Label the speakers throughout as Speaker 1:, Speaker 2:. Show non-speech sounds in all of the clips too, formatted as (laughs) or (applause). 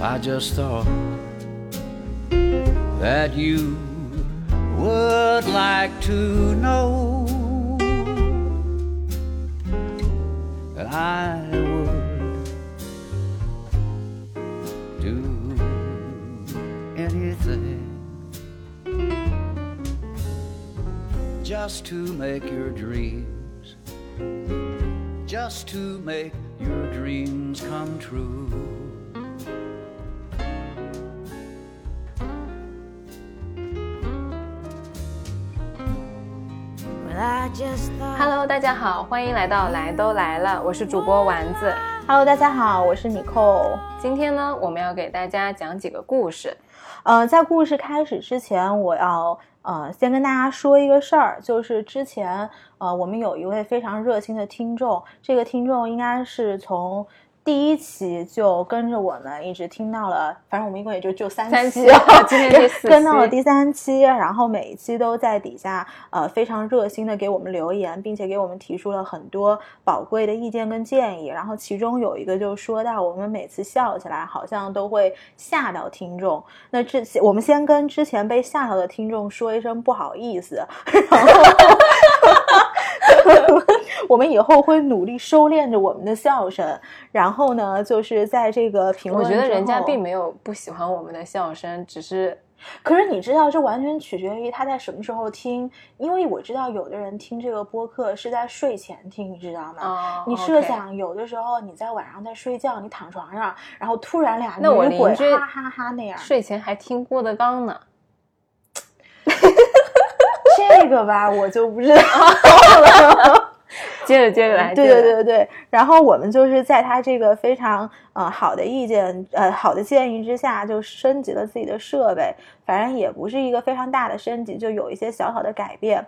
Speaker 1: I just thought that you would like to know that I would do anything just to make your dreams, just to make your dreams come true.
Speaker 2: Well, I just thought
Speaker 3: Hello，大家好，欢迎来到来都来了，我是主播丸子。
Speaker 4: Hello，大家好，我是 Nicole。
Speaker 3: 今天呢，我们要给大家讲几个故事。
Speaker 4: 呃，在故事开始之前，我要呃先跟大家说一个事儿，就是之前呃我们有一位非常热心的听众，这个听众应该是从第一期就跟着我们一直听到了，反正我们一共也就就三
Speaker 3: 三
Speaker 4: 期
Speaker 3: 期啊今天第四
Speaker 4: (laughs) 跟到了
Speaker 3: 期
Speaker 4: 第三期，然后每一期都在底下呃非常热心的给我们留言，并且给我们提出了很多宝贵的意见跟建议。然后其中有一个就说到，我们每次笑起来好像都会吓到听众。那之前我们先跟之前被吓到的听众说一声不好意思， (laughs) 然后 (laughs) 我们以后会努力收敛着我们的笑声。然后呢，就是在这个评
Speaker 3: 我
Speaker 4: 论，
Speaker 3: 觉得人家并没有不喜欢我们的笑声，只是
Speaker 4: 可是你知道，这完全取决于他在什么时候听，因为我知道有的人听这个播客是在睡前听，你知道吗？
Speaker 3: 啊，
Speaker 4: 嗯你设想有的时候你在晚上在睡觉，你躺床上，然后突然俩
Speaker 3: 那我
Speaker 4: 女鬼
Speaker 3: 邻居
Speaker 4: 哈哈哈那样，
Speaker 3: 睡前还听郭德纲呢。
Speaker 4: 这个吧我就不知道。 (laughs)
Speaker 3: 接着接着来，
Speaker 4: 嗯对
Speaker 3: 接着
Speaker 4: 对
Speaker 3: 来
Speaker 4: 对对对。然后我们就是在他这个非常呃好的意见呃好的建议之下，就升级了自己的设备，反正也不是一个非常大的升级，就有一些小小的改变。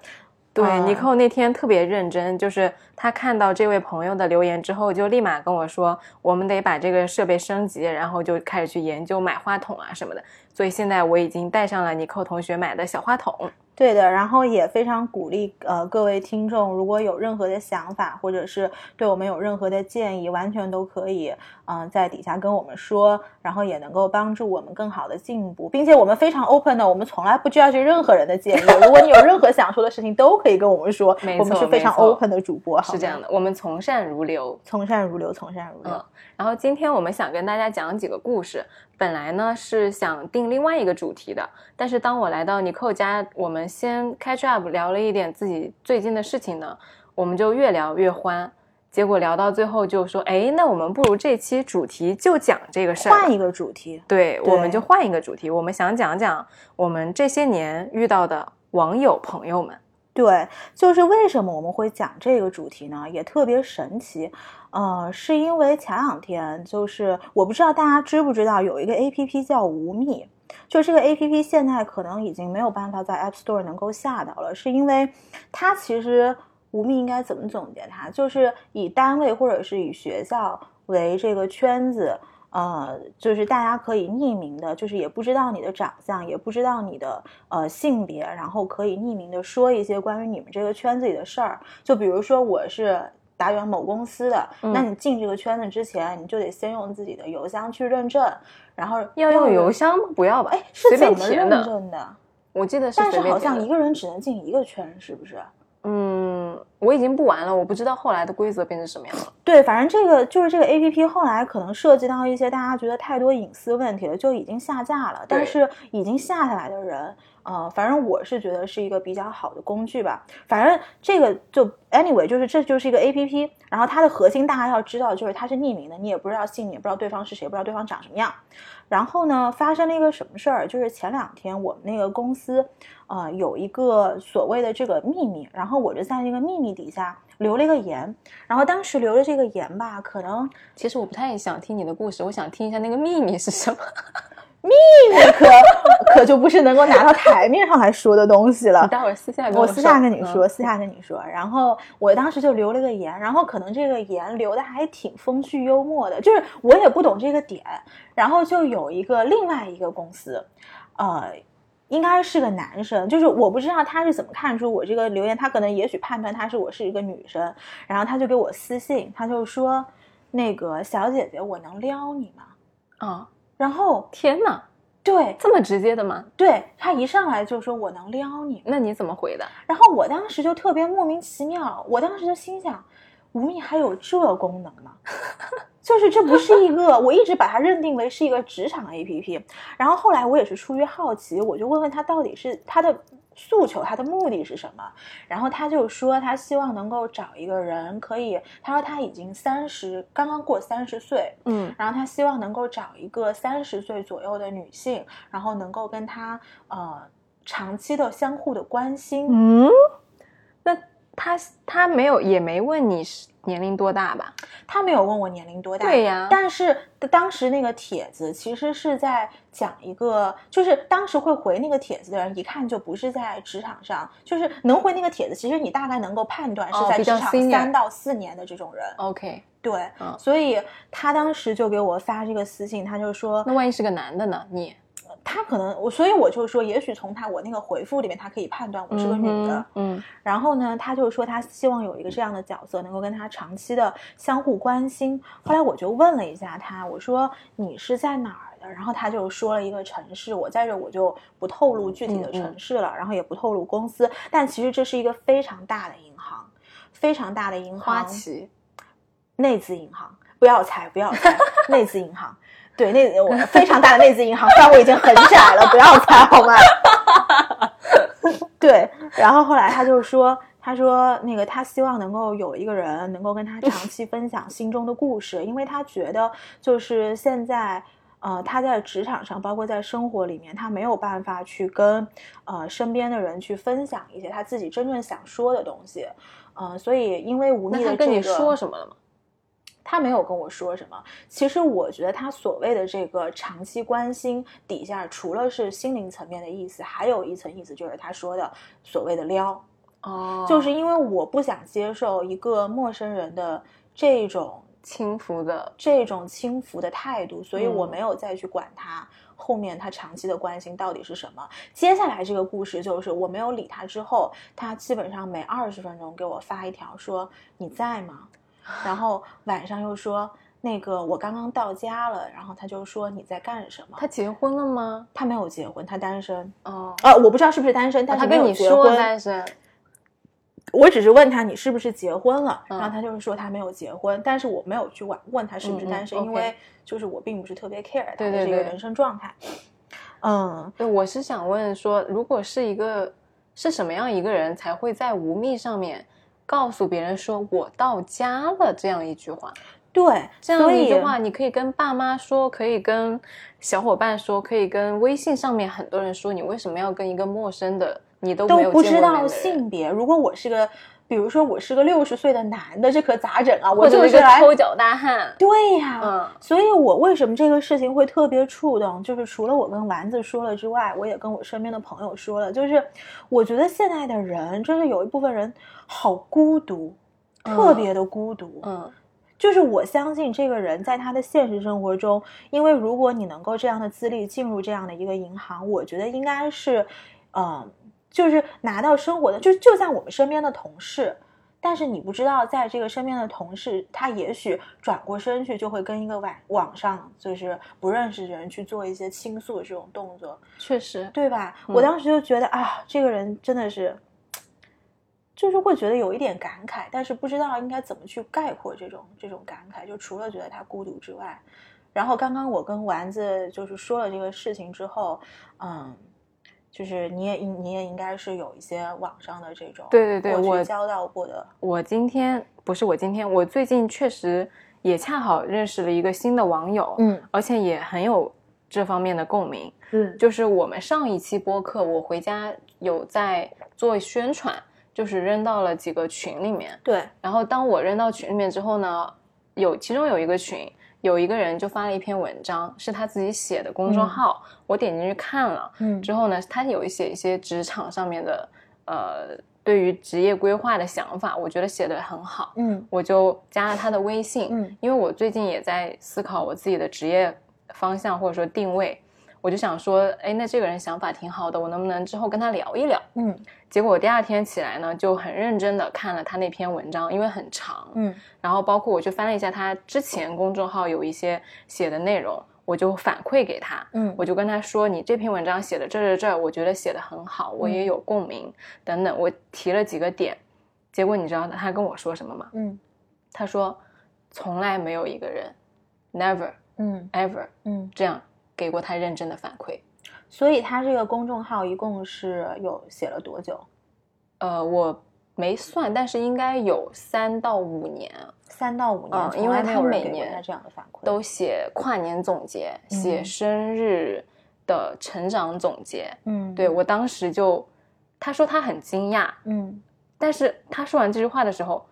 Speaker 3: 对，
Speaker 4: 啊
Speaker 3: 尼寇那天特别认真，就是他看到这位朋友的留言之后，就立马跟我说，我们得把这个设备升级，然后就开始去研究买话筒啊什么的。所以现在我已经带上了尼寇同学买的小话筒。
Speaker 4: 对的，然后也非常鼓励呃各位听众，如果有任何的想法，或者是对我们有任何的建议，完全都可以嗯、呃在底下跟我们说，然后也能够帮助我们更好的进步，并且我们非常 open 的，我们从来不 judge 任何人的建议。
Speaker 3: (laughs)
Speaker 4: 如果你有任何想说的事情，都可以跟我们说
Speaker 3: 没，
Speaker 4: 我们
Speaker 3: 错
Speaker 4: 是非常
Speaker 3: 没错
Speaker 4: open 的主播，好
Speaker 3: 是这样
Speaker 4: 的，
Speaker 3: 的，我们从善如流。
Speaker 4: 从善如流，从善如流。
Speaker 3: 嗯然后今天我们想跟大家讲几个故事，本来呢是想定另外一个主题的，但是当我来到尼寇家，我们先 catch up 聊了一点自己最近的事情呢，我们就越聊越欢，结果聊到最后就说，哎，那我们不如这期主题就讲这个事儿吧，
Speaker 4: 换一个主题，
Speaker 3: 对，我们
Speaker 4: 对
Speaker 3: 就换一个主题，我们想讲讲我们这些年遇到的网友朋友们。
Speaker 4: 对，就是为什么我们会讲这个主题呢？也特别神奇，呃，是因为前两天，就是我不知道大家知不知道，有一个 A P P 叫无觅，就这个 A P P 现在可能已经没有办法在 App Store 能够下到了，是因为它其实无觅应该怎么总结它？就是以单位或者是以学校为这个圈子，呃，就是大家可以匿名的，就是也不知道你的长相，也不知道你的呃性别，然后可以匿名的说一些关于你们这个圈子里的事儿。就比如说我是达员某公司的，
Speaker 3: 嗯
Speaker 4: 那你进这个圈子之前，你就得先用自己的邮箱去认证，然后
Speaker 3: 要用邮，箱吗？不要吧，
Speaker 4: 哎，是
Speaker 3: 随
Speaker 4: 怎
Speaker 3: 便
Speaker 4: 么
Speaker 3: 填
Speaker 4: 认
Speaker 3: 的。
Speaker 4: 证的？
Speaker 3: 我记得是
Speaker 4: 但
Speaker 3: 随
Speaker 4: 是
Speaker 3: 便填
Speaker 4: 好
Speaker 3: 的，
Speaker 4: 像一个人只能进一个圈，是不是？
Speaker 3: 嗯，我已经不玩了，我不知道后来的规则变成什么样了。
Speaker 4: 对，反正这个就是这个 A P P 后来可能涉及到一些大家觉得太多隐私问题了，就已经下架了。但
Speaker 3: 对
Speaker 4: 是已经下下来的人，呃，反正我是觉得是一个比较好的工具吧。反正这个就 anyway，就是这就是一个 A P P，然后它的核心大家要知道就是它是匿名的，你也不知道姓，你也不知道对方是谁，不知道对方长什么样。然后呢，发生了一个什么事儿？就是前两天我们那个公司，呃，有一个所谓的这个秘密，然后我就在那个秘密底下留了一个言，然后当时留的这个言吧，可 (laughs) 能
Speaker 3: 其实我不太想听你的故事，我想听一下那个秘密是
Speaker 4: (laughs)
Speaker 3: 什么。
Speaker 4: 秘密可可就不是能够拿到台面上来说的东西
Speaker 3: 你
Speaker 4: 了。
Speaker 3: 待会儿私下跟
Speaker 4: 啊我
Speaker 3: 说
Speaker 4: 私下跟你
Speaker 3: 嗯
Speaker 4: 说，私下跟你说。然后我当时就留了个言，然后可能这个言留的还挺风趣幽默的，就是我也不懂这个点。然后就有一个另外一个公司，呃，应该是个男生，就是我不知道他是怎么看出我这个留言，他可能也许判断他是我是一个女生，然后他就给我私信，他就说那个小姐姐，我能撩你吗？
Speaker 3: 啊、
Speaker 4: 然后
Speaker 3: 天哪，
Speaker 4: 对
Speaker 3: 这么直接的吗？
Speaker 4: 对，他一上来就说我能撩你，
Speaker 3: 那你怎么回的？
Speaker 4: 然后我当时就特别莫名其妙，我当时就心想，吴宓还有这功能呢？ (laughs) 就是这不是一个，我一直把它认定为是一个职场 A P P。然后后来我也是出于好奇，我就问问他到底是他的诉求，他的目的是什么。然后他就说他希望能够找一个人可以，他说他已经三十，刚刚过三十岁，
Speaker 3: 嗯
Speaker 4: 然后他希望能够找一个三十岁左右的女性，然后能够跟他呃长期的相互的关心。
Speaker 3: 嗯，那他他没有也没问你是年龄多大吧？
Speaker 4: 他没有问我年龄多大，
Speaker 3: 对呀
Speaker 4: 但是当时那个帖子其实是在讲一个，就是当时会回那个帖子的人，一看就不是在职场上，就是能回那个帖子，其实你大概能够判断是
Speaker 3: 哦
Speaker 4: 在
Speaker 3: 比
Speaker 4: 职
Speaker 3: 较
Speaker 4: 场
Speaker 3: senior
Speaker 4: 三到四年的这种人。
Speaker 3: OK，
Speaker 4: 对，
Speaker 3: 嗯
Speaker 4: 所以他当时就给我发这个私信，他就说
Speaker 3: 那万一是个男的呢？你
Speaker 4: 他可能我，所以我就说，也许从他我那个回复里面，他可以判断我是个女的。
Speaker 3: 嗯哼，嗯
Speaker 4: 然后呢，他就说他希望有一个这样的角色，能够跟他长期的相互关心。后来我就问了一下他，我说你是在哪儿的？然后他就说了一个城市，我在这儿我就不透露具
Speaker 3: 嗯
Speaker 4: 体的城市了，然后也不透露公司，但其实这是一个非常大的银行，非常大的银
Speaker 3: 花
Speaker 4: 行，
Speaker 3: 旗
Speaker 4: 内资银行，不要猜，不要猜， (laughs) 内资银行。对，内我非常大的内资银行，虽然我已经很窄了，不要猜好吗？对，然后后来他就说，他说那个他希望能够有一个人能够跟他长期分享心中的故事，因为他觉得就是现在。呃，他在职场上，包括在生活里面，他没有办法去跟呃身边的人去分享一些他自己真正想说的东西，呃，所以因为吴宓
Speaker 3: 那
Speaker 4: 的这
Speaker 3: 他
Speaker 4: 个，
Speaker 3: 跟你说什么了吗？
Speaker 4: 他没有跟我说什么。其实我觉得他所谓的这个长期关心底下，除了是心灵层面的意思，还有一层意思就是他说的所谓的撩，
Speaker 3: 哦
Speaker 4: 就是因为我不想接受一个陌生人的这种
Speaker 3: 轻浮的
Speaker 4: 这种轻浮的态度，所以
Speaker 3: 嗯
Speaker 4: 我没有再去管他后面他长期的关心到底是什么。接下来这个故事就是我没有理他之后，他基本上每二十分钟给我发一条说你在
Speaker 3: (laughs)
Speaker 4: 吗？然后晚上又说那个我刚刚到家了，然后他就说你在干什么？
Speaker 3: 他结婚了吗？
Speaker 4: 他没有结婚，他单身。
Speaker 3: 哦，啊
Speaker 4: 呃，我不知道是不是单身，但
Speaker 3: 他
Speaker 4: 是没
Speaker 3: 跟
Speaker 4: 有
Speaker 3: 你
Speaker 4: 结
Speaker 3: 说
Speaker 4: 婚。
Speaker 3: 单身，
Speaker 4: 我只是问他你是不是结婚了，
Speaker 3: 嗯
Speaker 4: 然后他就是说他没有结婚，但是我没有去问问他是不是单
Speaker 3: 嗯
Speaker 4: 身，
Speaker 3: 嗯
Speaker 4: 因
Speaker 3: OK
Speaker 4: 为就是我并不是特别 care 他
Speaker 3: 对
Speaker 4: 的
Speaker 3: 对
Speaker 4: 这个
Speaker 3: 对
Speaker 4: 人生状态。嗯，
Speaker 3: 对，我是想问说，如果是一个是什么样一个人才会在无宓上面告诉别人说我到家了这样一句话？
Speaker 4: 对，
Speaker 3: 这样
Speaker 4: 所
Speaker 3: 一
Speaker 4: 以
Speaker 3: 句话，你可以跟爸妈说，可以跟小伙伴说，可以跟微信上面很多人说，你为什么要跟一个陌生的你都
Speaker 4: 都
Speaker 3: 没有
Speaker 4: 不
Speaker 3: 见过
Speaker 4: 知
Speaker 3: 面的
Speaker 4: 道
Speaker 3: 人
Speaker 4: 性别。如果我是个，比如说我是个六十岁的男的，这可咋整啊？我
Speaker 3: 或
Speaker 4: 就
Speaker 3: 者一
Speaker 4: 是
Speaker 3: 个
Speaker 4: 来
Speaker 3: 抠脚大汉？
Speaker 4: 对呀、
Speaker 3: 嗯
Speaker 4: 所以我为什么这个事情会特别触动？就是除了我跟丸子说了之外，我也跟我身边的朋友说了，就是我觉得现在的人真是有一部分人好孤独，特别的孤独。
Speaker 3: 嗯，
Speaker 4: 就是我相信这个人在他的现实生活中，因为如果你能够这样的资历进入这样的一个银行，我觉得应该是，嗯、就是拿到生活的，就就像我们身边的同事。但是你不知道，在这个身边的同事，他也许转过身去就会跟一个网网上就是不认识的人去做一些倾诉的这种动作，
Speaker 3: 确实，
Speaker 4: 对吧？
Speaker 3: 嗯
Speaker 4: 我当时就觉得啊，这个人真的是，就是会觉得有一点感慨，但是不知道应该怎么去概括这种这种感慨。就除了觉得他孤独之外，然后刚刚我跟丸子就是说了这个事情之后，嗯。就是你也应你也应该是有一些网上的这种
Speaker 3: 对对对
Speaker 4: 过
Speaker 3: 我
Speaker 4: 去交到过的
Speaker 3: 我今天不是我今天，我最近确实也恰好认识了一个新的网友，
Speaker 4: 嗯
Speaker 3: 而且也很有这方面的共鸣。
Speaker 4: 嗯
Speaker 3: 就是我们上一期播客，我回家有在做宣传，就是扔到了几个群里面。
Speaker 4: 对
Speaker 3: 然后当我扔到群里面之后呢，有其中有一个群有一个人就发了一篇文章，是他自己写的公众号，我点进去看了
Speaker 4: 嗯
Speaker 3: 之后呢，他有一些一些职场上面的呃对于职业规划的想法，我觉得写的很好，
Speaker 4: 嗯
Speaker 3: 我就加了他的微信，
Speaker 4: 嗯
Speaker 3: 因为我最近也在思考我自己的职业方向或者说定位，我就想说，哎，那这个人想法挺好的，我能不能之后跟他聊一聊？
Speaker 4: 嗯
Speaker 3: 结果我第二天起来呢，就很认真的看了他那篇文章，因为很长，
Speaker 4: 嗯
Speaker 3: 然后包括我去翻了一下他之前公众号有一些写的内容，我就反馈给他，
Speaker 4: 嗯
Speaker 3: 我就跟他说，你这篇文章写的这这这，我觉得写的很好，我
Speaker 4: 嗯
Speaker 3: 也有共鸣，等等，我提了几个点，结果你知道他跟我说什么吗？
Speaker 4: 嗯
Speaker 3: 他说，从来没有一个人，never
Speaker 4: 嗯
Speaker 3: ever
Speaker 4: 嗯，
Speaker 3: 这样给过他认真的反馈。
Speaker 4: 所以他这个公众号一共是有写了多久？
Speaker 3: 呃，我没算，但是应该有三到五年
Speaker 4: 三到五年，
Speaker 3: 嗯
Speaker 4: 哦从
Speaker 3: 因为
Speaker 4: 来没有
Speaker 3: 他
Speaker 4: 人
Speaker 3: 每
Speaker 4: 给过
Speaker 3: 年
Speaker 4: 他这样的反馈。
Speaker 3: 都写跨年总结，
Speaker 4: 嗯
Speaker 3: 写生日的成长总结。
Speaker 4: 嗯，
Speaker 3: 对，我当时就，他说他很惊讶，
Speaker 4: 嗯
Speaker 3: 但是他说完这句话的时候，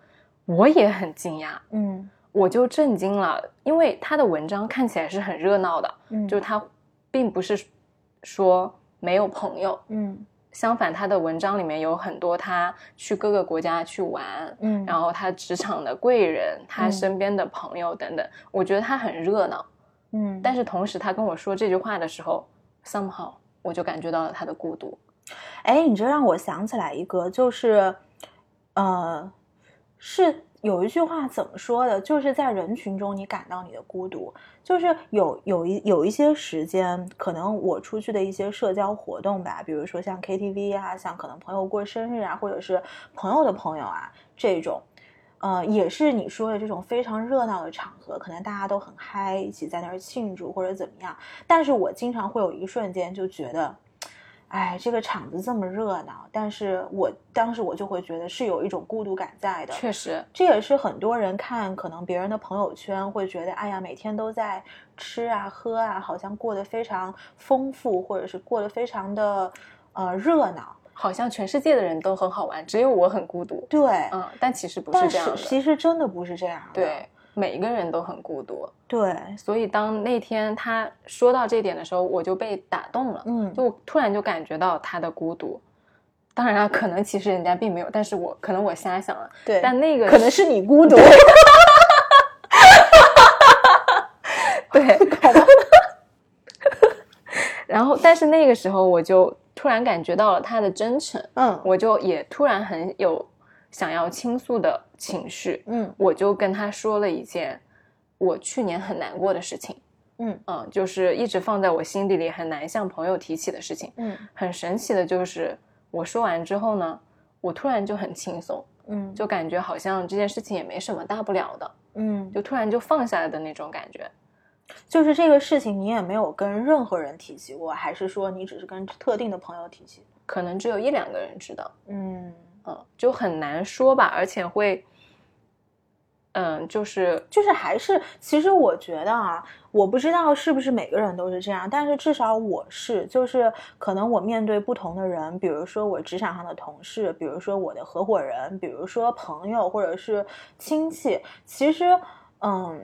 Speaker 3: 我也很惊讶，
Speaker 4: 嗯
Speaker 3: 我就震惊了，因为他的文章看起来是很热闹的，
Speaker 4: 嗯，
Speaker 3: 就是他并不是说没有朋友，
Speaker 4: 嗯
Speaker 3: 相反他的文章里面有很多他去各个国家去玩，
Speaker 4: 嗯，
Speaker 3: 然后他职场的贵人、他
Speaker 4: 嗯
Speaker 3: 身边的朋友等等，我觉得他很热闹。
Speaker 4: 嗯，
Speaker 3: 但是同时，他跟我说这句话的时候，somehow 我就感觉到了他的孤独。
Speaker 4: 哎，你这让我想起来一个，就是，呃，是有一句话怎么说的？就是在人群中你感到你的孤独。就是有有一有一些时间，可能我出去的一些社交活动吧，比如说像 KTV 啊，像可能朋友过生日啊，或者是朋友的朋友啊这种。呃，也是你说的这种非常热闹的场合，可能大家都很嗨，一起在那儿庆祝或者怎么样。但是我经常会有一瞬间就觉得，哎，这个场子这么热闹，但是我当时我就会觉得是有一种孤独感在的。
Speaker 3: 确实，
Speaker 4: 这也是很多人看可能别人的朋友圈会觉得，哎呀，每天都在吃啊喝啊，好像过得非常丰富，或者是过得非常的呃热闹。
Speaker 3: 好像全世界的人都很好玩，只有我很孤独。
Speaker 4: 对，
Speaker 3: 嗯，但其实不是
Speaker 4: 但
Speaker 3: 这样
Speaker 4: 是
Speaker 3: 的。
Speaker 4: 其实真的不是这样的。
Speaker 3: 对，每一个人都很孤独。
Speaker 4: 对，
Speaker 3: 所以当那天他说到这点的时候，我就被打动了，
Speaker 4: 嗯，
Speaker 3: 就突然就感觉到他的孤独。当然了，可能其实人家并没有，但是我可能我瞎想了。
Speaker 4: 对，
Speaker 3: 但那个
Speaker 4: 可能是你孤独， (laughs)
Speaker 3: (laughs) 对，
Speaker 4: 好吧？
Speaker 3: 然后但是那个时候我就突然感觉到了他的真诚，
Speaker 4: 嗯
Speaker 3: 我就也突然很有想要倾诉的情绪，
Speaker 4: 嗯
Speaker 3: 我就跟他说了一件我去年很难过的事情，
Speaker 4: 嗯
Speaker 3: 嗯，就是一直放在我心底里很难向朋友提起的事情。
Speaker 4: 嗯
Speaker 3: 很神奇的就是，我说完之后呢，我突然就很轻松，
Speaker 4: 嗯，
Speaker 3: 就感觉好像这件事情也没什么大不了的，
Speaker 4: 嗯，
Speaker 3: 就突然就放下来的那种感觉。
Speaker 4: 就是这个事情你也没有跟任何人提起过，还是说你只是跟特定的朋友提起？
Speaker 3: 可能只有一两个人知道，
Speaker 4: 嗯。
Speaker 3: 嗯，就很难说吧，而且会，嗯，就是
Speaker 4: 就是还是，其实我觉得啊，我不知道是不是每个人都是这样，但是至少我是，就是可能我面对不同的人，比如说我职场上的同事，比如说我的合伙人，比如说朋友或者是亲戚，其实，嗯。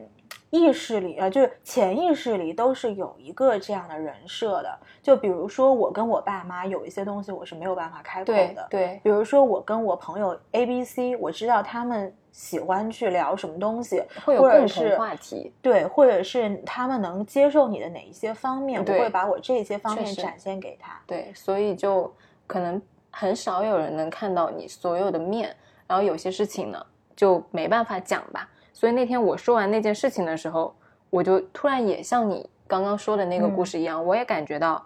Speaker 4: 意识里啊，呃就是潜意识里都是有一个这样的人设的。就比如说，我跟我爸妈有一些东西我是没有办法开口
Speaker 3: 对
Speaker 4: 的，
Speaker 3: 对，
Speaker 4: 比如说我跟我朋友 A、B、C，我知道他们喜欢去聊什么东西，
Speaker 3: 会有
Speaker 4: 或者
Speaker 3: 共
Speaker 4: 是
Speaker 3: 同话题，
Speaker 4: 对，或者是他们能接受你的哪一些方面，我
Speaker 3: 对
Speaker 4: 会把我这些方
Speaker 3: 确
Speaker 4: 面
Speaker 3: 实
Speaker 4: 展现给他。
Speaker 3: 对，所以就可能很少有人能看到你所有的面，然后有些事情呢就没办法讲吧。所以那天我说完那件事情的时候，我就突然也像你刚刚说的那个
Speaker 4: 嗯
Speaker 3: 故事一样，我也感觉到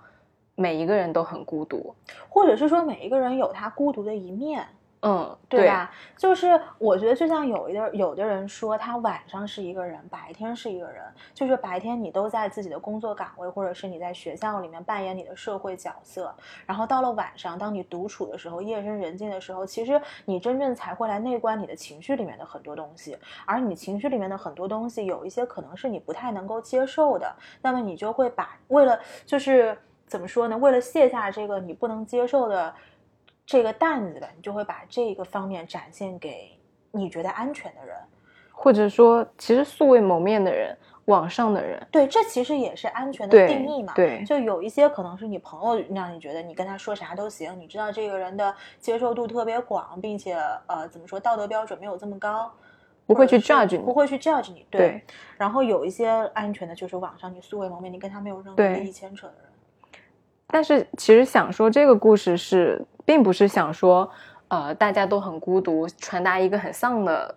Speaker 3: 每一个人都很孤独，
Speaker 4: 或者是说每一个人有他孤独的一面，
Speaker 3: 嗯，
Speaker 4: 对吧？就是我觉得就像有一的有的人说，他晚上是一个人，白天是一个人，就是白天你都在自己的工作岗位，或者是你在学校里面扮演你的社会角色，然后到了晚上，当你独处的时候，夜深人静的时候，其实你真正才会来内观你的情绪里面的很多东西，而你情绪里面的很多东西，有一些可能是你不太能够接受的，那么你就会把为了就是怎么说呢？为了卸下这个你不能接受的这个担子吧，你就会把这个方面展现给你觉得安全的人。
Speaker 3: 或者说其实素未谋面的人，网上的人，
Speaker 4: 对，这其实也是安全的
Speaker 3: 对
Speaker 4: 定义嘛。
Speaker 3: 对
Speaker 4: 就有一些可能是你朋友让你觉得你跟他说啥都行，你知道这个人的接受度特别广，并且呃怎么说道德标准没有这么高，
Speaker 3: 不会去
Speaker 4: 或者是
Speaker 3: judge 你
Speaker 4: 不会去 judge 你。对。
Speaker 3: 对
Speaker 4: 然后有一些安全的，就是网上你素未谋面，你跟他没有任何
Speaker 3: 对
Speaker 4: 利益牵扯的人。
Speaker 3: 但是其实想说这个故事是，并不是想说，呃，大家都很孤独，传达一个很丧的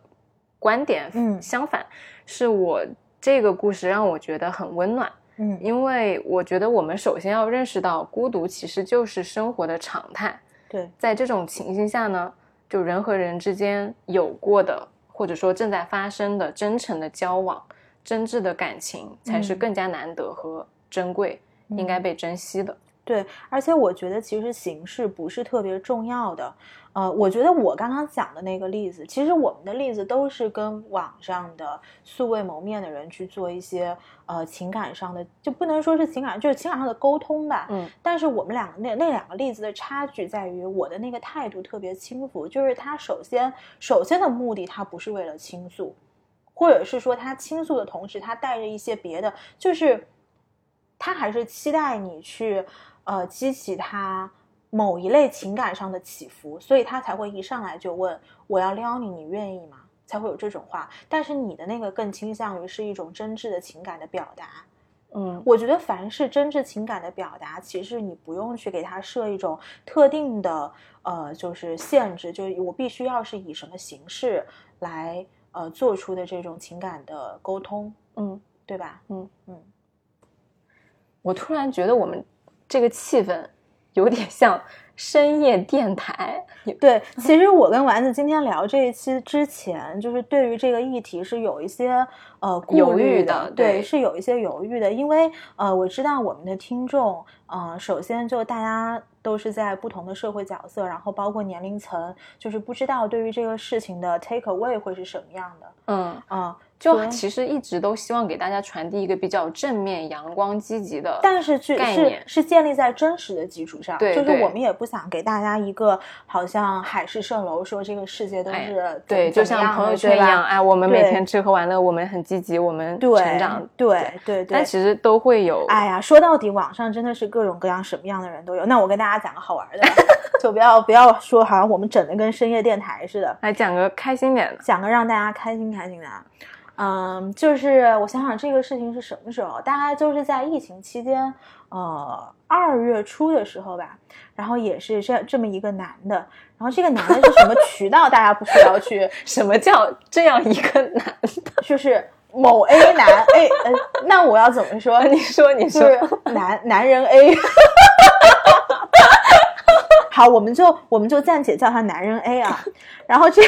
Speaker 3: 观点。
Speaker 4: 嗯
Speaker 3: 相反，是我这个故事让我觉得很温暖，
Speaker 4: 嗯
Speaker 3: 因为我觉得我们首先要认识到，孤独其实就是生活的常态。
Speaker 4: 对，
Speaker 3: 在这种情形下呢，就人和人之间有过的，或者说正在发生的真诚的交往、真挚的感情，才是
Speaker 4: 嗯
Speaker 3: 更加难得和珍贵，应该
Speaker 4: 嗯
Speaker 3: 被珍惜的。
Speaker 4: 对，而且我觉得其实形式不是特别重要的。呃，我觉得我刚刚讲的那个例子，其实我们的例子都是跟网上的素未谋面的人去做一些呃情感上的，就不能说是情感，就是情感上的沟通吧。
Speaker 3: 嗯
Speaker 4: 但是我们两个那那两个例子的差距在于，我的那个态度特别轻浮，就是他首先首先的目的，他不是为了倾诉，或者是说他倾诉的同时，他带着一些别的，就是他还是期待你去呃激起他某一类情感上的起伏，所以他才会一上来就问我要撩你，你愿意吗？才会有这种话。但是你的那个更倾向于是一种真挚的情感的表达，
Speaker 3: 嗯，
Speaker 4: 我觉得凡是真挚情感的表达，其实你不用去给它设一种特定的呃，就是限制，就是我必须要是以什么形式来呃做出的这种情感的沟通，
Speaker 3: 嗯，
Speaker 4: 对吧？
Speaker 3: 嗯
Speaker 4: 嗯，
Speaker 3: 我突然觉得我们这个气氛有点像深夜电台。你
Speaker 4: 对。
Speaker 3: (laughs)
Speaker 4: 其实我跟丸子今天聊这一期之前，就是对于这个议题是有一些呃顾
Speaker 3: 犹豫
Speaker 4: 虑
Speaker 3: 的
Speaker 4: 对，
Speaker 3: 对
Speaker 4: 是有一些犹豫的，因为呃，我知道我们的听众，呃，首先就大家都是在不同的社会角色，然后包括年龄层，就是不知道对于这个事情的 take away 会是什么样的
Speaker 3: 嗯，
Speaker 4: 啊、
Speaker 3: 就
Speaker 4: 对
Speaker 3: 其实一直都希望给大家传递一个比较正面、阳光、积极的。
Speaker 4: 但是去
Speaker 3: 概
Speaker 4: 是
Speaker 3: 念
Speaker 4: 是建立在真实的基础上，
Speaker 3: 对
Speaker 4: 就是
Speaker 3: 对
Speaker 4: 我们也不想给大家一个好像海市蜃楼，说这个世界都是
Speaker 3: 哎
Speaker 4: 怎么、
Speaker 3: 对，就
Speaker 4: 怎
Speaker 3: 像
Speaker 4: 么样
Speaker 3: 朋友
Speaker 4: 的
Speaker 3: 圈一
Speaker 4: 对吧
Speaker 3: 样，哎，我们每
Speaker 4: 对
Speaker 3: 天吃喝玩乐，我们很积极，我们
Speaker 4: 对，
Speaker 3: 成长，
Speaker 4: 对对对
Speaker 3: 但。其实都会有，
Speaker 4: 哎呀，说到底，网上真的是各种各样、什么样的人都有。那我跟大家讲个好玩的
Speaker 3: (laughs)
Speaker 4: 吧，就不要不要说好像我们整的跟深夜电台似的，
Speaker 3: 来讲个开心点的。
Speaker 4: 讲个让大家开心开心的啊。嗯，就是我想想这个事情是什么时候，大概就是在疫情期间，呃，二月初的时候吧。然后也是这这么一个男的，然后这个男的是什么渠道，大家不需要去，
Speaker 3: 什么叫这样一个男？ (laughs)
Speaker 4: 就是某 A 男 A，呃，那我要怎么说？
Speaker 3: (laughs) 你说，你
Speaker 4: 就
Speaker 3: 说，
Speaker 4: 是男男人 A。好，我们就我们就暂且叫他男人 A 啊。然后这，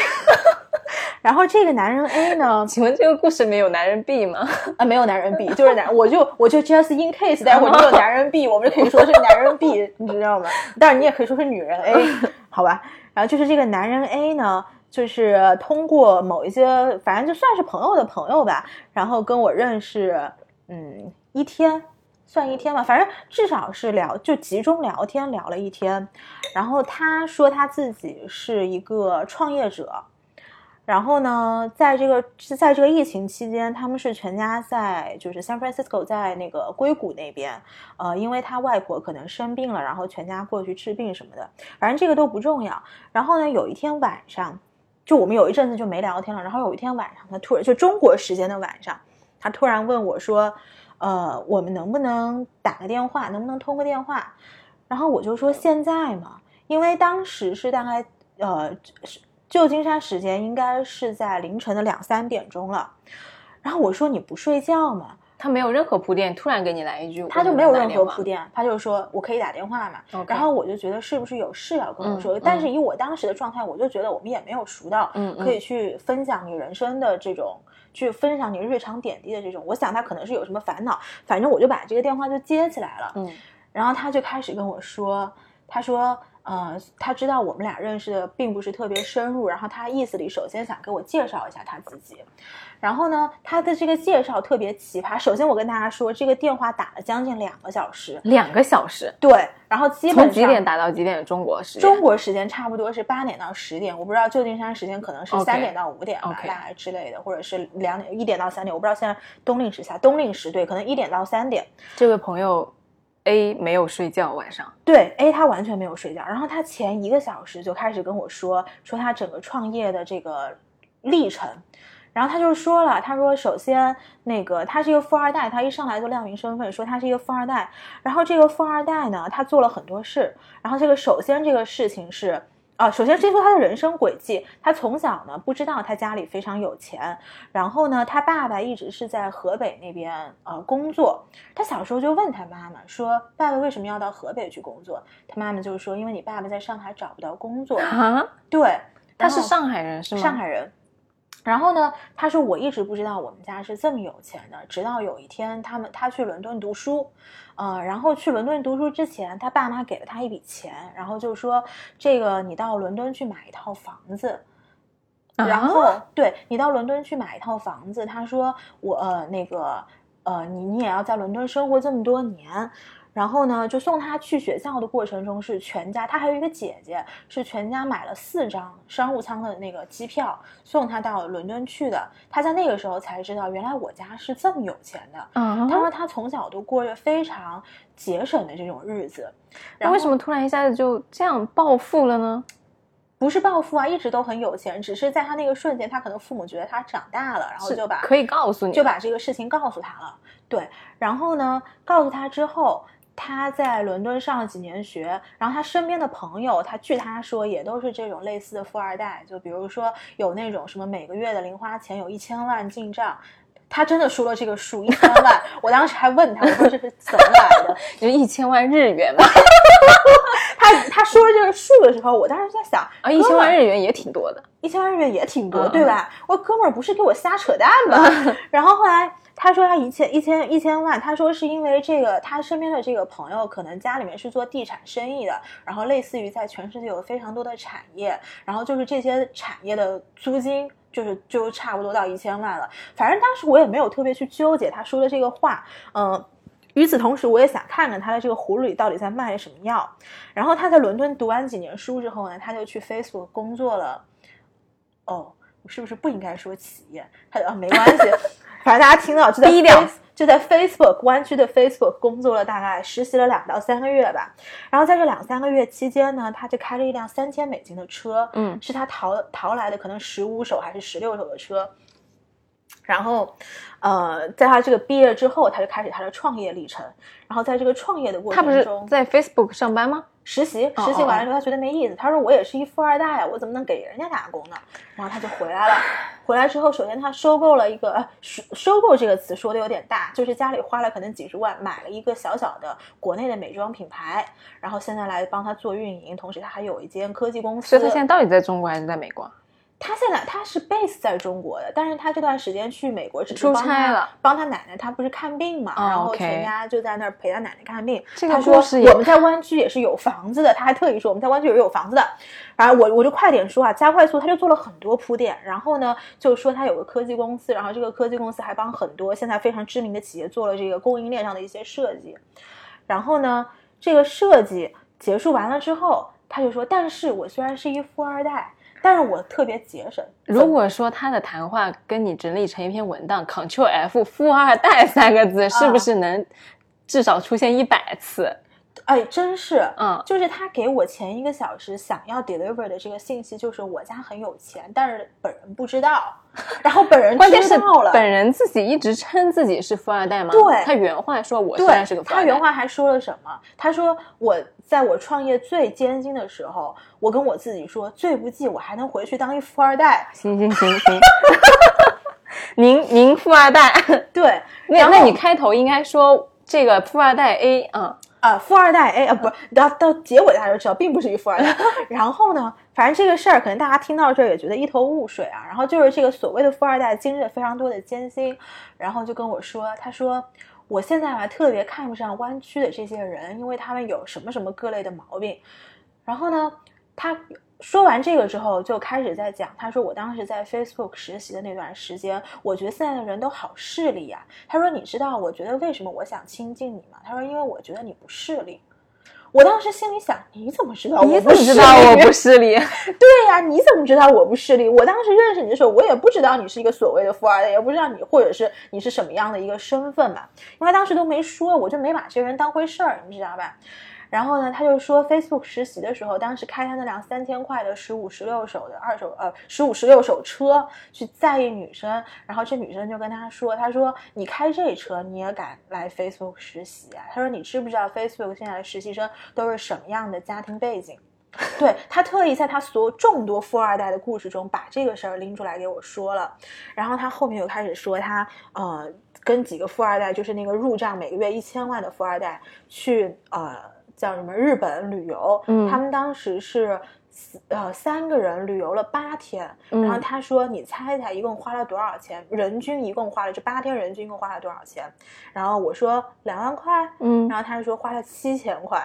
Speaker 4: (laughs) 然后这个男人 A 呢，
Speaker 3: 请问这个故事里面有男人 B 吗？ (laughs)
Speaker 4: 啊，没有男人 B，就是男，我就我就 just in case，待会儿你有男人 B，我们就可以说是男人 B，你知道吗？但是你也可以说是女人 A，好吧？然后就是这个男人 A 呢，就是通过某一些，反正就算是朋友的朋友吧，然后跟我认识，嗯，一天。算一天吧，反正至少是聊，就集中聊天聊了一天。然后他说他自己是一个创业者，然后呢，在这个是在这个疫情期间，他们是全家在就是 San Francisco 在那个硅谷那边，呃，因为他外婆可能生病了，然后全家过去治病什么的，反正这个都不重要。然后呢，有一天晚上，就我们有一阵子就没聊天了，然后有一天晚上，他突然就中国时间的晚上，他突然问我说，呃，我们能不能打个电话，能不能通个电话？然后我就说现在嘛，因为当时是大概呃是旧金山时间应该是在凌晨的两三点钟了。然后我说你不睡觉吗？
Speaker 3: 他没有任何铺垫，突然给你来一句，
Speaker 4: 他就
Speaker 3: 我们
Speaker 4: 没有
Speaker 3: 打
Speaker 4: 任
Speaker 3: 电
Speaker 4: 何
Speaker 3: 话
Speaker 4: 铺。垫，他就说我可以打电话嘛。
Speaker 3: OK
Speaker 4: 然后我就觉得是不是有事要跟我说？
Speaker 3: 嗯
Speaker 4: 但是以我当时的状态，我就觉得我们也没有熟到
Speaker 3: 嗯嗯
Speaker 4: 可以去分享你人生的这种，去分享你日常点滴的这种。我想他可能是有什么烦恼，反正我就把这个电话就接起来了。
Speaker 3: 嗯
Speaker 4: 然后他就开始跟我说，他说，呃，他知道我们俩认识的并不是特别深入，然后他意思里首先想给我介绍一下他自己，然后呢，他的这个介绍特别奇葩。首先我跟大家说，这个电话打了将近两个小时，
Speaker 3: 两个小时，
Speaker 4: 对，然后基本
Speaker 3: 从
Speaker 4: 上
Speaker 3: 几点打到几点？中国时间？
Speaker 4: 中国时间差不多是八点到十点，我不知道旧金山时间可能是
Speaker 3: OK
Speaker 4: 三点到五点吧
Speaker 3: OK
Speaker 4: 大概之类的，或者是两点一点到三点，我不知道现在冬令时下冬令时对，可能一点到三点。
Speaker 3: 这位朋友 A 没有睡觉，晚上
Speaker 4: 对 A 他完全没有睡觉，然后他前一个小时就开始跟我说说他整个创业的这个历程，然后他就说了，他说首先那个他是一个富二代，他一上来就亮明身份说他是一个富二代，然后这个富二代呢，他做了很多事，然后这个首先这个事情是。啊，首先先说他的人生轨迹，他从小呢不知道他家里非常有钱，然后呢，他爸爸一直是在河北那边呃工作。他小时候就问他妈妈说：“爸爸为什么要到河北去工作？”他妈妈就说：“因为你爸爸在上海找不到工
Speaker 3: (laughs)
Speaker 4: 作。
Speaker 3: 啊，”
Speaker 4: 对，
Speaker 3: 他是
Speaker 4: 然后
Speaker 3: 上海人是吗？
Speaker 4: 上海人。然后呢，他说我一直不知道我们家是这么有钱的，直到有一天他们他去伦敦读书，呃，然后去伦敦读书之前，他爸妈给了他一笔钱，然后就说这个你到伦敦去买一套房子，
Speaker 3: 啊
Speaker 4: 然后对你到伦敦去买一套房子，他说我呃那个呃你你也要在伦敦生活这么多年。然后呢，就送他去学校的过程中是全家，他还有一个姐姐，是全家买了四张商务舱的那个机票送他到伦敦去的。他在那个时候才知道，原来我家是这么有钱的。
Speaker 3: 啊，
Speaker 4: 他说他从小都过着非常节省的这种日子，然
Speaker 3: 那
Speaker 4: 后
Speaker 3: 为什么突然一下子就这样暴富了呢？
Speaker 4: 不是暴富啊，一直都很有钱，只是在他那个瞬间，他可能父母觉得他长大了，然后
Speaker 3: 是
Speaker 4: 就把
Speaker 3: 可以告诉你，
Speaker 4: 就把这个事情告诉他了。对，然后呢，告诉他之后，他在伦敦上了几年学，然后他身边的朋友，他据他说也都是这种类似的富二代，就比如说有那种什么每个月的零花钱有一千万进账。他真的输了这个数一千万，我当时还问他，我说这是怎么来的？
Speaker 3: 就一千万日元 (laughs) 嘛，
Speaker 4: 他他说这个数的时候，我当时在想，
Speaker 3: 啊，一千
Speaker 4: 哥们
Speaker 3: 万
Speaker 4: 儿
Speaker 3: 日元也挺多的。
Speaker 4: 一千万日元也挺多，
Speaker 3: 嗯
Speaker 4: 对吧？我说哥们儿不是给我瞎扯淡吧？ (laughs) 然后后来他说他一千一千一千万，他说是因为这个他身边的这个朋友可能家里面是做地产生意的，然后类似于在全世界有非常多的产业，然后就是这些产业的租金。就是就差不多到一千万了，反正当时我也没有特别去纠结他说的这个话，嗯、与此同时，我也想看看他的这个葫芦里到底在卖什么药。然后他在伦敦读完几年书之后呢，他就去 Facebook 工作了。哦，我是不是不应该说企业？他啊，没关系，反正大家听到就在
Speaker 3: 低调
Speaker 4: Face- 就在 Facebook 湾区的 Facebook 工作了大概实习了两到三个月吧。然后在这两三个月期间呢，他就开着一辆三千美金的车，
Speaker 3: 嗯
Speaker 4: 是他淘淘来的，可能十五手还是十六手的车。然后，呃，在他这个毕业之后，他就开始他的创业历程。然后在这个创业的过
Speaker 3: 他
Speaker 4: 程
Speaker 3: 不
Speaker 4: 中，
Speaker 3: 是在 Facebook 上班吗？
Speaker 4: 实习，
Speaker 3: 哦
Speaker 4: 实习完了之后他觉得没意思，他说我也是一富二代啊，我怎么能给人家打工呢？然后他就回来了。回来之后，首先他收购了一个，呃收收购这个词说的有点大，就是家里花了可能几十万买了一个小小的国内的美妆品牌，然后现在来帮他做运营，同时他还有一间科技公司。
Speaker 3: 所以他现在到底在中国还是在美国？
Speaker 4: 他现在他是 base 在中国的，但是他这段时间去美国只是
Speaker 3: 出
Speaker 4: 帮
Speaker 3: 差
Speaker 4: 他
Speaker 3: 了，
Speaker 4: 帮他奶奶，他不是看病嘛，
Speaker 3: 哦
Speaker 4: 然后
Speaker 3: OK
Speaker 4: 全家就在那儿陪他奶奶看病。
Speaker 3: 这个
Speaker 4: 他说
Speaker 3: 故事也
Speaker 4: 我们在湾区也是有房子的，他还特意说我们在湾区也是有房子的。然后我我就快点说啊，加快速，他就做了很多铺垫，然后呢就说他有个科技公司，然后这个科技公司还帮很多现在非常知名的企业做了这个供应链上的一些设计。然后呢，这个设计结束完了之后，他就说：“但是我虽然是一富二代，但是我特别节省。
Speaker 3: 如果说他的谈话跟你整理成一篇文档，Ctrl F 富二代三个字，是不是能至少出现一百次？
Speaker 4: 哎，真是，
Speaker 3: 嗯，
Speaker 4: 就是他给我前一个小时想要 deliver 的这个信息，就是我家很有钱，但是本人不知道，然后本人
Speaker 3: 关键
Speaker 4: 知
Speaker 3: 是
Speaker 4: 道了。”
Speaker 3: 本人自己一直称自己是富二代吗？
Speaker 4: 对
Speaker 3: 他原话说我虽然
Speaker 4: 对
Speaker 3: 是个，富二
Speaker 4: 他
Speaker 3: 代，
Speaker 4: 原话还说了什么？他说：“我在我创业最艰辛的时候，我跟我自己说，最不济我还能回去当一富二代。
Speaker 3: 行行行行， (laughs) 您您富二
Speaker 4: (laughs)
Speaker 3: 代，”
Speaker 4: 对，
Speaker 3: 那
Speaker 4: 然后
Speaker 3: 那你开头应该说这个富二代 A 啊、
Speaker 4: 啊，富二代 A 啊，不是到到结尾大家就知道，并不是一富二代。然后呢，反正这个事儿可能大家听到这儿也觉得一头雾水啊。然后就是这个所谓的富二代经历了非常多的艰辛，然后就跟我说，他说我现在吧特别看不上湾区的这些人，因为他们有什么什么各类的毛病。然后呢，他说完这个之后，就开始在讲，他说我当时在 Facebook 实习的那段时间，我觉得现在的人都好势利呀、他说你知道，我觉得为什么我想亲近你吗？他说因为我觉得你不势利。我当时心里想，你怎么知哦道我不
Speaker 3: 你怎
Speaker 4: 势利？
Speaker 3: 么知道我不势利？
Speaker 4: (laughs) 对呀、你怎么知道我不势利？我当时认识你的时候，我也不知道你是一个所谓的富二代，也不知道你或者是你是什么样的一个身份嘛，因为当时都没说，我就没把这个人当回事儿，你知道吧？然后呢，他就说 Facebook 实习的时候，当时开他那辆三千块的十五十六手的二手呃十五十六手车去在意女生，然后这女生就跟他说，他说你开这车你也敢来 Facebook 实习啊？他说你知不知道 Facebook 现在的实习生都是什么样的家庭背景？对他特意在他所众多富二代的故事中把这个事儿拎出来给我说了，然后他后面又开始说他呃跟几个富二代，就是那个入账每个月一千万的富二代去呃叫什么日本旅游，
Speaker 3: 嗯
Speaker 4: 他们当时是。呃，三个人旅游了八天，
Speaker 3: 嗯
Speaker 4: 然后他说：“你猜一猜，一共花了多少钱？人均一共花了这八天，人均一共花了多少钱？”然后我说两万块，
Speaker 3: 嗯
Speaker 4: 然，后他说花了七千块，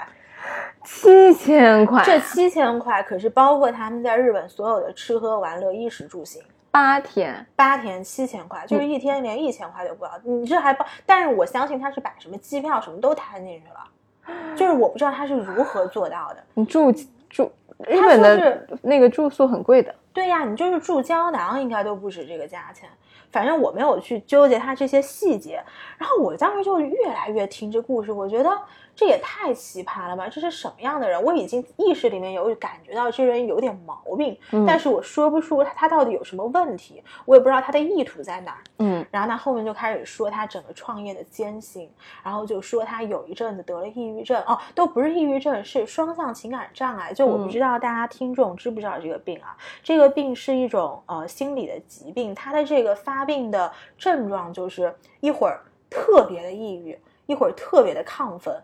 Speaker 3: 七千块，
Speaker 4: 这七千块可是包括他们在日本所有的吃喝玩乐、衣食住行，
Speaker 3: 八天，
Speaker 4: 八天七千块，就是一天连一千块都不到。你这还包，但是我相信他是把什么机票什么都摊进去了，就是我不知道他是如何做到的。
Speaker 3: 你住住日
Speaker 4: 他
Speaker 3: 本
Speaker 4: 说
Speaker 3: 的
Speaker 4: 是
Speaker 3: 那个住宿很贵的，
Speaker 4: 对呀，你就是住胶囊应该都不止这个价钱。反正我没有去纠结他这些细节，然后我当时就越来越听这故事，我觉得这也太奇葩了吧！这是什么样的人？我已经意识里面有感觉到这人有点毛病，
Speaker 3: 嗯
Speaker 4: 但是我说不出他他到底有什么问题，我也不知道他的意图在哪儿。
Speaker 3: 嗯
Speaker 4: 然后他后面就开始说他整个创业的艰辛，然后就说他有一阵子得了抑郁症，哦，都不是抑郁症，是双向情感障碍。就我不
Speaker 3: 嗯
Speaker 4: 知道大家听众知不知道这个病啊？这个病是一种呃心理的疾病，它的这个发病的症状就是一会儿特别的抑郁，一会儿特别的亢奋。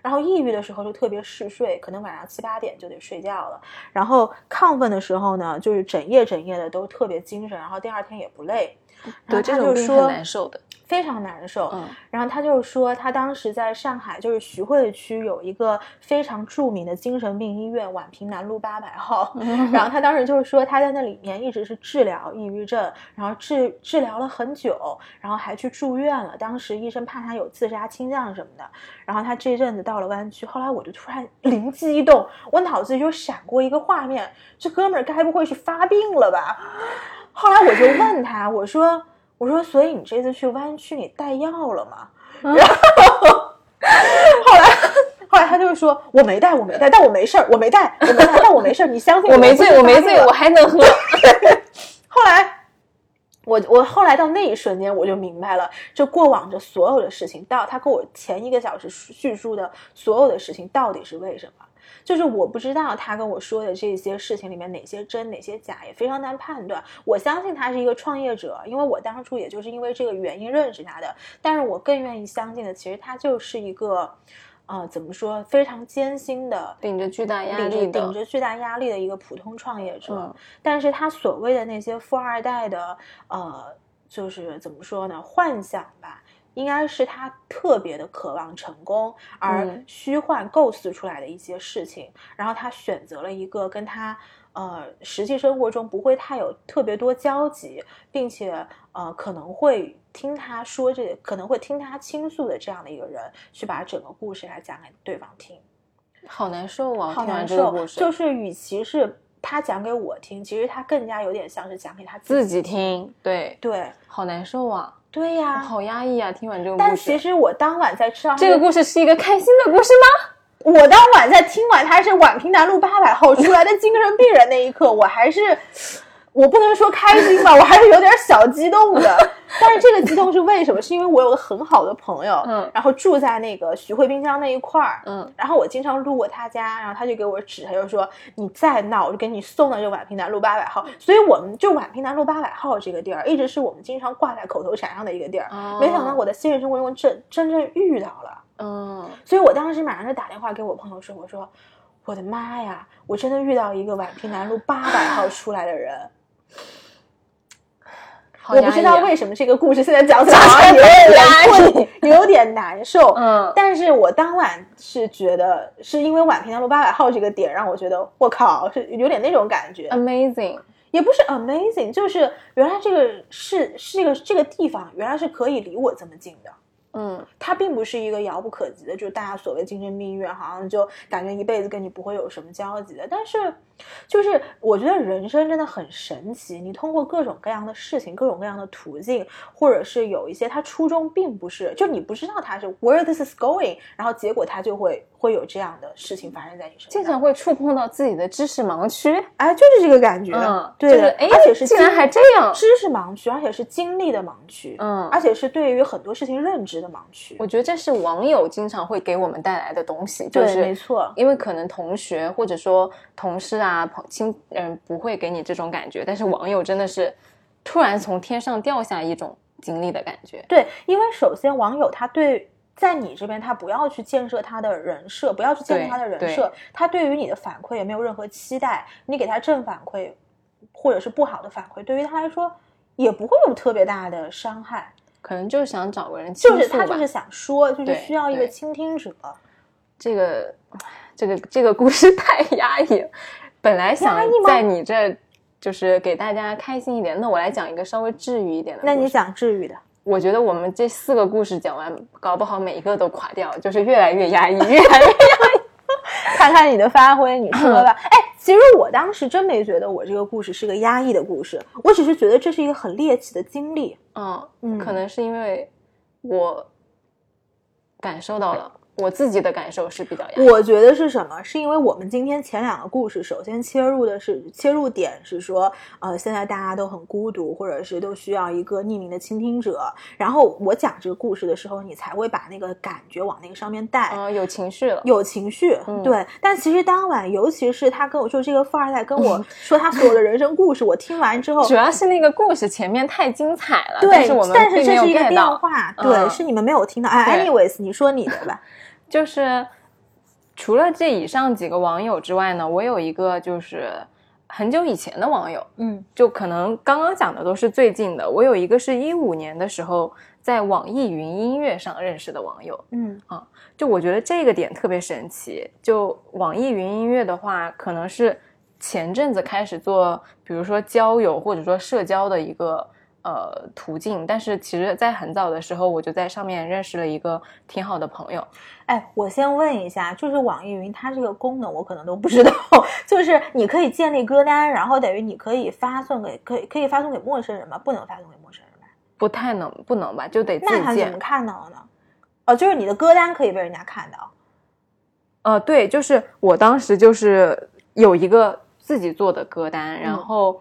Speaker 4: 然后抑郁的时候就特别嗜睡，可能晚上七八点就得睡觉了。然后亢奋的时候呢，就是整夜整夜的都特别精神，然后第二天也不累。然后
Speaker 3: 嗯对，这
Speaker 4: 他
Speaker 3: 种
Speaker 4: 就
Speaker 3: 病
Speaker 4: 说
Speaker 3: 很难受的，
Speaker 4: 非常难受。
Speaker 3: 嗯
Speaker 4: 然后他就说，他当时在上海，就是徐汇区有一个非常著名的精神病医院——宛平南路八百
Speaker 3: (laughs)
Speaker 4: 号。然后他当时就是说，他在那里面一直是治疗抑郁症，然后治治疗了很久，然后还去住院了。当时医生怕他有自杀倾向什么的。然后他这阵子到了湾区，后来我就突然 (laughs) 灵机一动，我脑子里就闪过一个画面：这哥们儿该不会是发病了吧？后来我就问他，我说。我说，所以你这次去湾区，你带药了吗？
Speaker 3: 嗯
Speaker 4: (laughs) 然后，后来，后来他就说我没带，我没带，但我没事儿，我没带，我没带，但我没事儿，你相信
Speaker 3: 我没
Speaker 4: 不
Speaker 3: 醉，
Speaker 4: 是
Speaker 3: 我没
Speaker 4: 发
Speaker 3: 醉
Speaker 4: 病，了
Speaker 3: 我还能喝，
Speaker 4: 后来，我我后来到那一瞬间，我就明白了，这过往这所有的事情，到他跟我前一个小时叙述的所有的事情，到底是为什么？就是我不知道他跟我说的这些事情里面哪些真哪些假，也非常难判断。我相信他是一个创业者，因为我当初也就是因为这个原因认识他的。但是我更愿意相信的，其实他就是一个，呃，怎么说，非常艰辛的，
Speaker 3: 顶着巨 (laughs) 大压
Speaker 4: 顶着
Speaker 3: 力的，
Speaker 4: 顶着巨大压力的一个普通创业者。
Speaker 3: 嗯
Speaker 4: 但是他所谓的那些富二代的，呃，就是怎么说呢，幻想吧，应该是他特别的渴望成功而
Speaker 3: 嗯
Speaker 4: 虚幻构思出来的一些事情。然后他选择了一个跟他呃实际生活中不会太有特别多交集，并且呃可能会听他说这，可能会听他倾诉的这样的一个人，去把整个故事来讲给对方听。
Speaker 3: 好难受啊！
Speaker 4: 好
Speaker 3: 听完
Speaker 4: 难
Speaker 3: 这个
Speaker 4: 受
Speaker 3: 故，事，
Speaker 4: 就是与其是他讲给我听，其实他更加有点像是讲给他
Speaker 3: 自
Speaker 4: 己
Speaker 3: 己听，对，
Speaker 4: 对
Speaker 3: 好难受啊，
Speaker 4: 对
Speaker 3: 我
Speaker 4: 呀、
Speaker 3: 好压抑啊！听完这个故事，
Speaker 4: 但其实我当晚在吃到
Speaker 3: 这个故事是一个开心的故事吗？
Speaker 4: 我当晚在听完他是宛平南路八百号出来的精神病人那一刻，我还是我不能说开心吧，我还是有点小激动的。但是这个激动是为什么？是因为我有个很好的朋友，
Speaker 3: 嗯
Speaker 4: 然后住在那个徐汇滨江那一块儿，
Speaker 3: 嗯，
Speaker 4: 然后我经常路过他家，然后他就给我指，他就说你再闹，我就给你送到这宛平南路八百号。所以我们就宛平南路八百号这个地儿，一直是我们经常挂在口头禅上的一个地儿。
Speaker 3: 哦
Speaker 4: 没想到我在现实生活中真真正遇到了。
Speaker 3: 嗯，
Speaker 4: 所以我当时马上就打电话给我朋友说，我说我的妈呀，我真的遇到一个宛平南路八百号出来的人，
Speaker 3: 好
Speaker 4: 我
Speaker 3: 压抑啊
Speaker 4: 不知道为什么这个故事现在讲起来
Speaker 3: 讲
Speaker 4: 好像
Speaker 3: 起来
Speaker 4: 有点困，有点难受。
Speaker 3: 嗯，
Speaker 4: 但是我当晚是觉得，是因为宛平南路八百号这个点让我觉得，我靠，是有点那种感觉，
Speaker 3: 嗯 amazing，
Speaker 4: 也不是 amazing，就是原来这个是是这个这个地方原来是可以离我这么近的。
Speaker 3: 嗯，
Speaker 4: 它并不是一个遥不可及的，就是大家所谓精神病医院，好像就感觉一辈子跟你不会有什么交集的。但是就是我觉得人生真的很神奇，你通过各种各样的事情、各种各样的途径，或者是有一些他初衷并不是，就你不知道他是 where this is going，然后结果他就会会有这样的事情发生在你身
Speaker 3: 经
Speaker 4: 上。
Speaker 3: 常会触碰到自己的知识盲区，
Speaker 4: 哎，就是这个感觉，
Speaker 3: 嗯，
Speaker 4: 对
Speaker 3: 就是
Speaker 4: 的，
Speaker 3: 哎，
Speaker 4: 而且是
Speaker 3: 竟
Speaker 4: 经
Speaker 3: 然还这样，
Speaker 4: 知识盲区，而且是经历的盲区，
Speaker 3: 嗯
Speaker 4: 而且是对于很多事情认知的盲区。
Speaker 3: 我觉得这是网友经常会给我们带来的东西，就
Speaker 4: 对
Speaker 3: 是
Speaker 4: 没错
Speaker 3: 因为可能同学或者说同事啊、朋亲嗯不会给你这种感觉，但是网友真的是突然从天上掉下一种经历的感觉。
Speaker 4: 对，因为首先网友他对在你这边，他不要去建设他的人设，不要去建
Speaker 3: 对
Speaker 4: 立他的人
Speaker 3: 对
Speaker 4: 设，他对于你的反馈也没有任何期待，你给他正反馈或者是不好的反馈，对于他来说也不会有特别大的伤害，
Speaker 3: 可能就是想找个人倾
Speaker 4: 就是
Speaker 3: 诉
Speaker 4: 他
Speaker 3: 吧。
Speaker 4: 就是想说，就是
Speaker 3: 对
Speaker 4: 需要一个
Speaker 3: 对
Speaker 4: 倾听者。
Speaker 3: 这个，这个这个故事 (laughs) 太压抑了。本来想
Speaker 4: 压抑吗
Speaker 3: 在你这就是给大家开心一点，那我来讲一个稍微治愈一点的。
Speaker 4: 那你，讲治愈的，
Speaker 3: 我觉得我们这四个故事讲完，搞不好每一个都垮掉，就是越来越压抑，越来越。
Speaker 4: 看看你的发挥，你说
Speaker 3: (clears throat)
Speaker 4: 吧。哎，其实我当时真没觉得我这个故事是个压抑的故事，我只是觉得这是一个很猎奇的经历。
Speaker 3: 嗯，
Speaker 4: 嗯
Speaker 3: 可能是因为我感受到了我自己的感受是比较压抑。
Speaker 4: 我觉得是什么？是因为我们今天前两个故事，首先切入的是切入点是说，呃，现在大家都很孤独，或者是都需要一个匿名的倾听者。然后我讲这个故事的时候，你才会把那个感觉往那个上面带。
Speaker 3: 嗯，有情绪了。
Speaker 4: 有情绪，
Speaker 3: 嗯
Speaker 4: 对，但其实当晚，尤其是他跟我就这个富二代跟
Speaker 3: (laughs)
Speaker 4: 我说他所有的人生故事，我听完之后，
Speaker 3: 主 (laughs) 要是那个故事前面太精彩了，
Speaker 4: 对，
Speaker 3: 但是我们并没
Speaker 4: 这
Speaker 3: 有
Speaker 4: 是一个
Speaker 3: get
Speaker 4: 变
Speaker 3: 到。
Speaker 4: 化，
Speaker 3: 嗯
Speaker 4: 对，是你们没有听到。哎
Speaker 3: 对
Speaker 4: ，anyways，你说你的吧，
Speaker 3: 就是除了这以上几个网友之外呢，我有一个就是很久以前的网友，
Speaker 4: 嗯
Speaker 3: 就可能刚刚讲的都是最近的。我有一个是一五年的时候在网易云音乐上认识的网友，
Speaker 4: 嗯
Speaker 3: 就我觉得这个点特别神奇。就网易云音乐的话，可能是前阵子开始做，比如说交友或者说社交的一个呃途径，但是其实在很早的时候，我就在上面认识了一个挺好的朋友。
Speaker 4: 哎，我先问一下，就是网易云它这个功能我可能都不知道， (laughs) 就是你可以建立歌单，然后等于你可以发送给可以可以发送给陌生人吗？不能发送给陌生人吧？
Speaker 3: 不太能，不能吧，就得自
Speaker 4: 那
Speaker 3: 己
Speaker 4: 他怎么
Speaker 3: 建。
Speaker 4: 看到呢？哦，就是你的歌单可以被人家看到。
Speaker 3: 呃，对，就是我当时就是有一个自己做的歌单，
Speaker 4: 嗯
Speaker 3: 然后、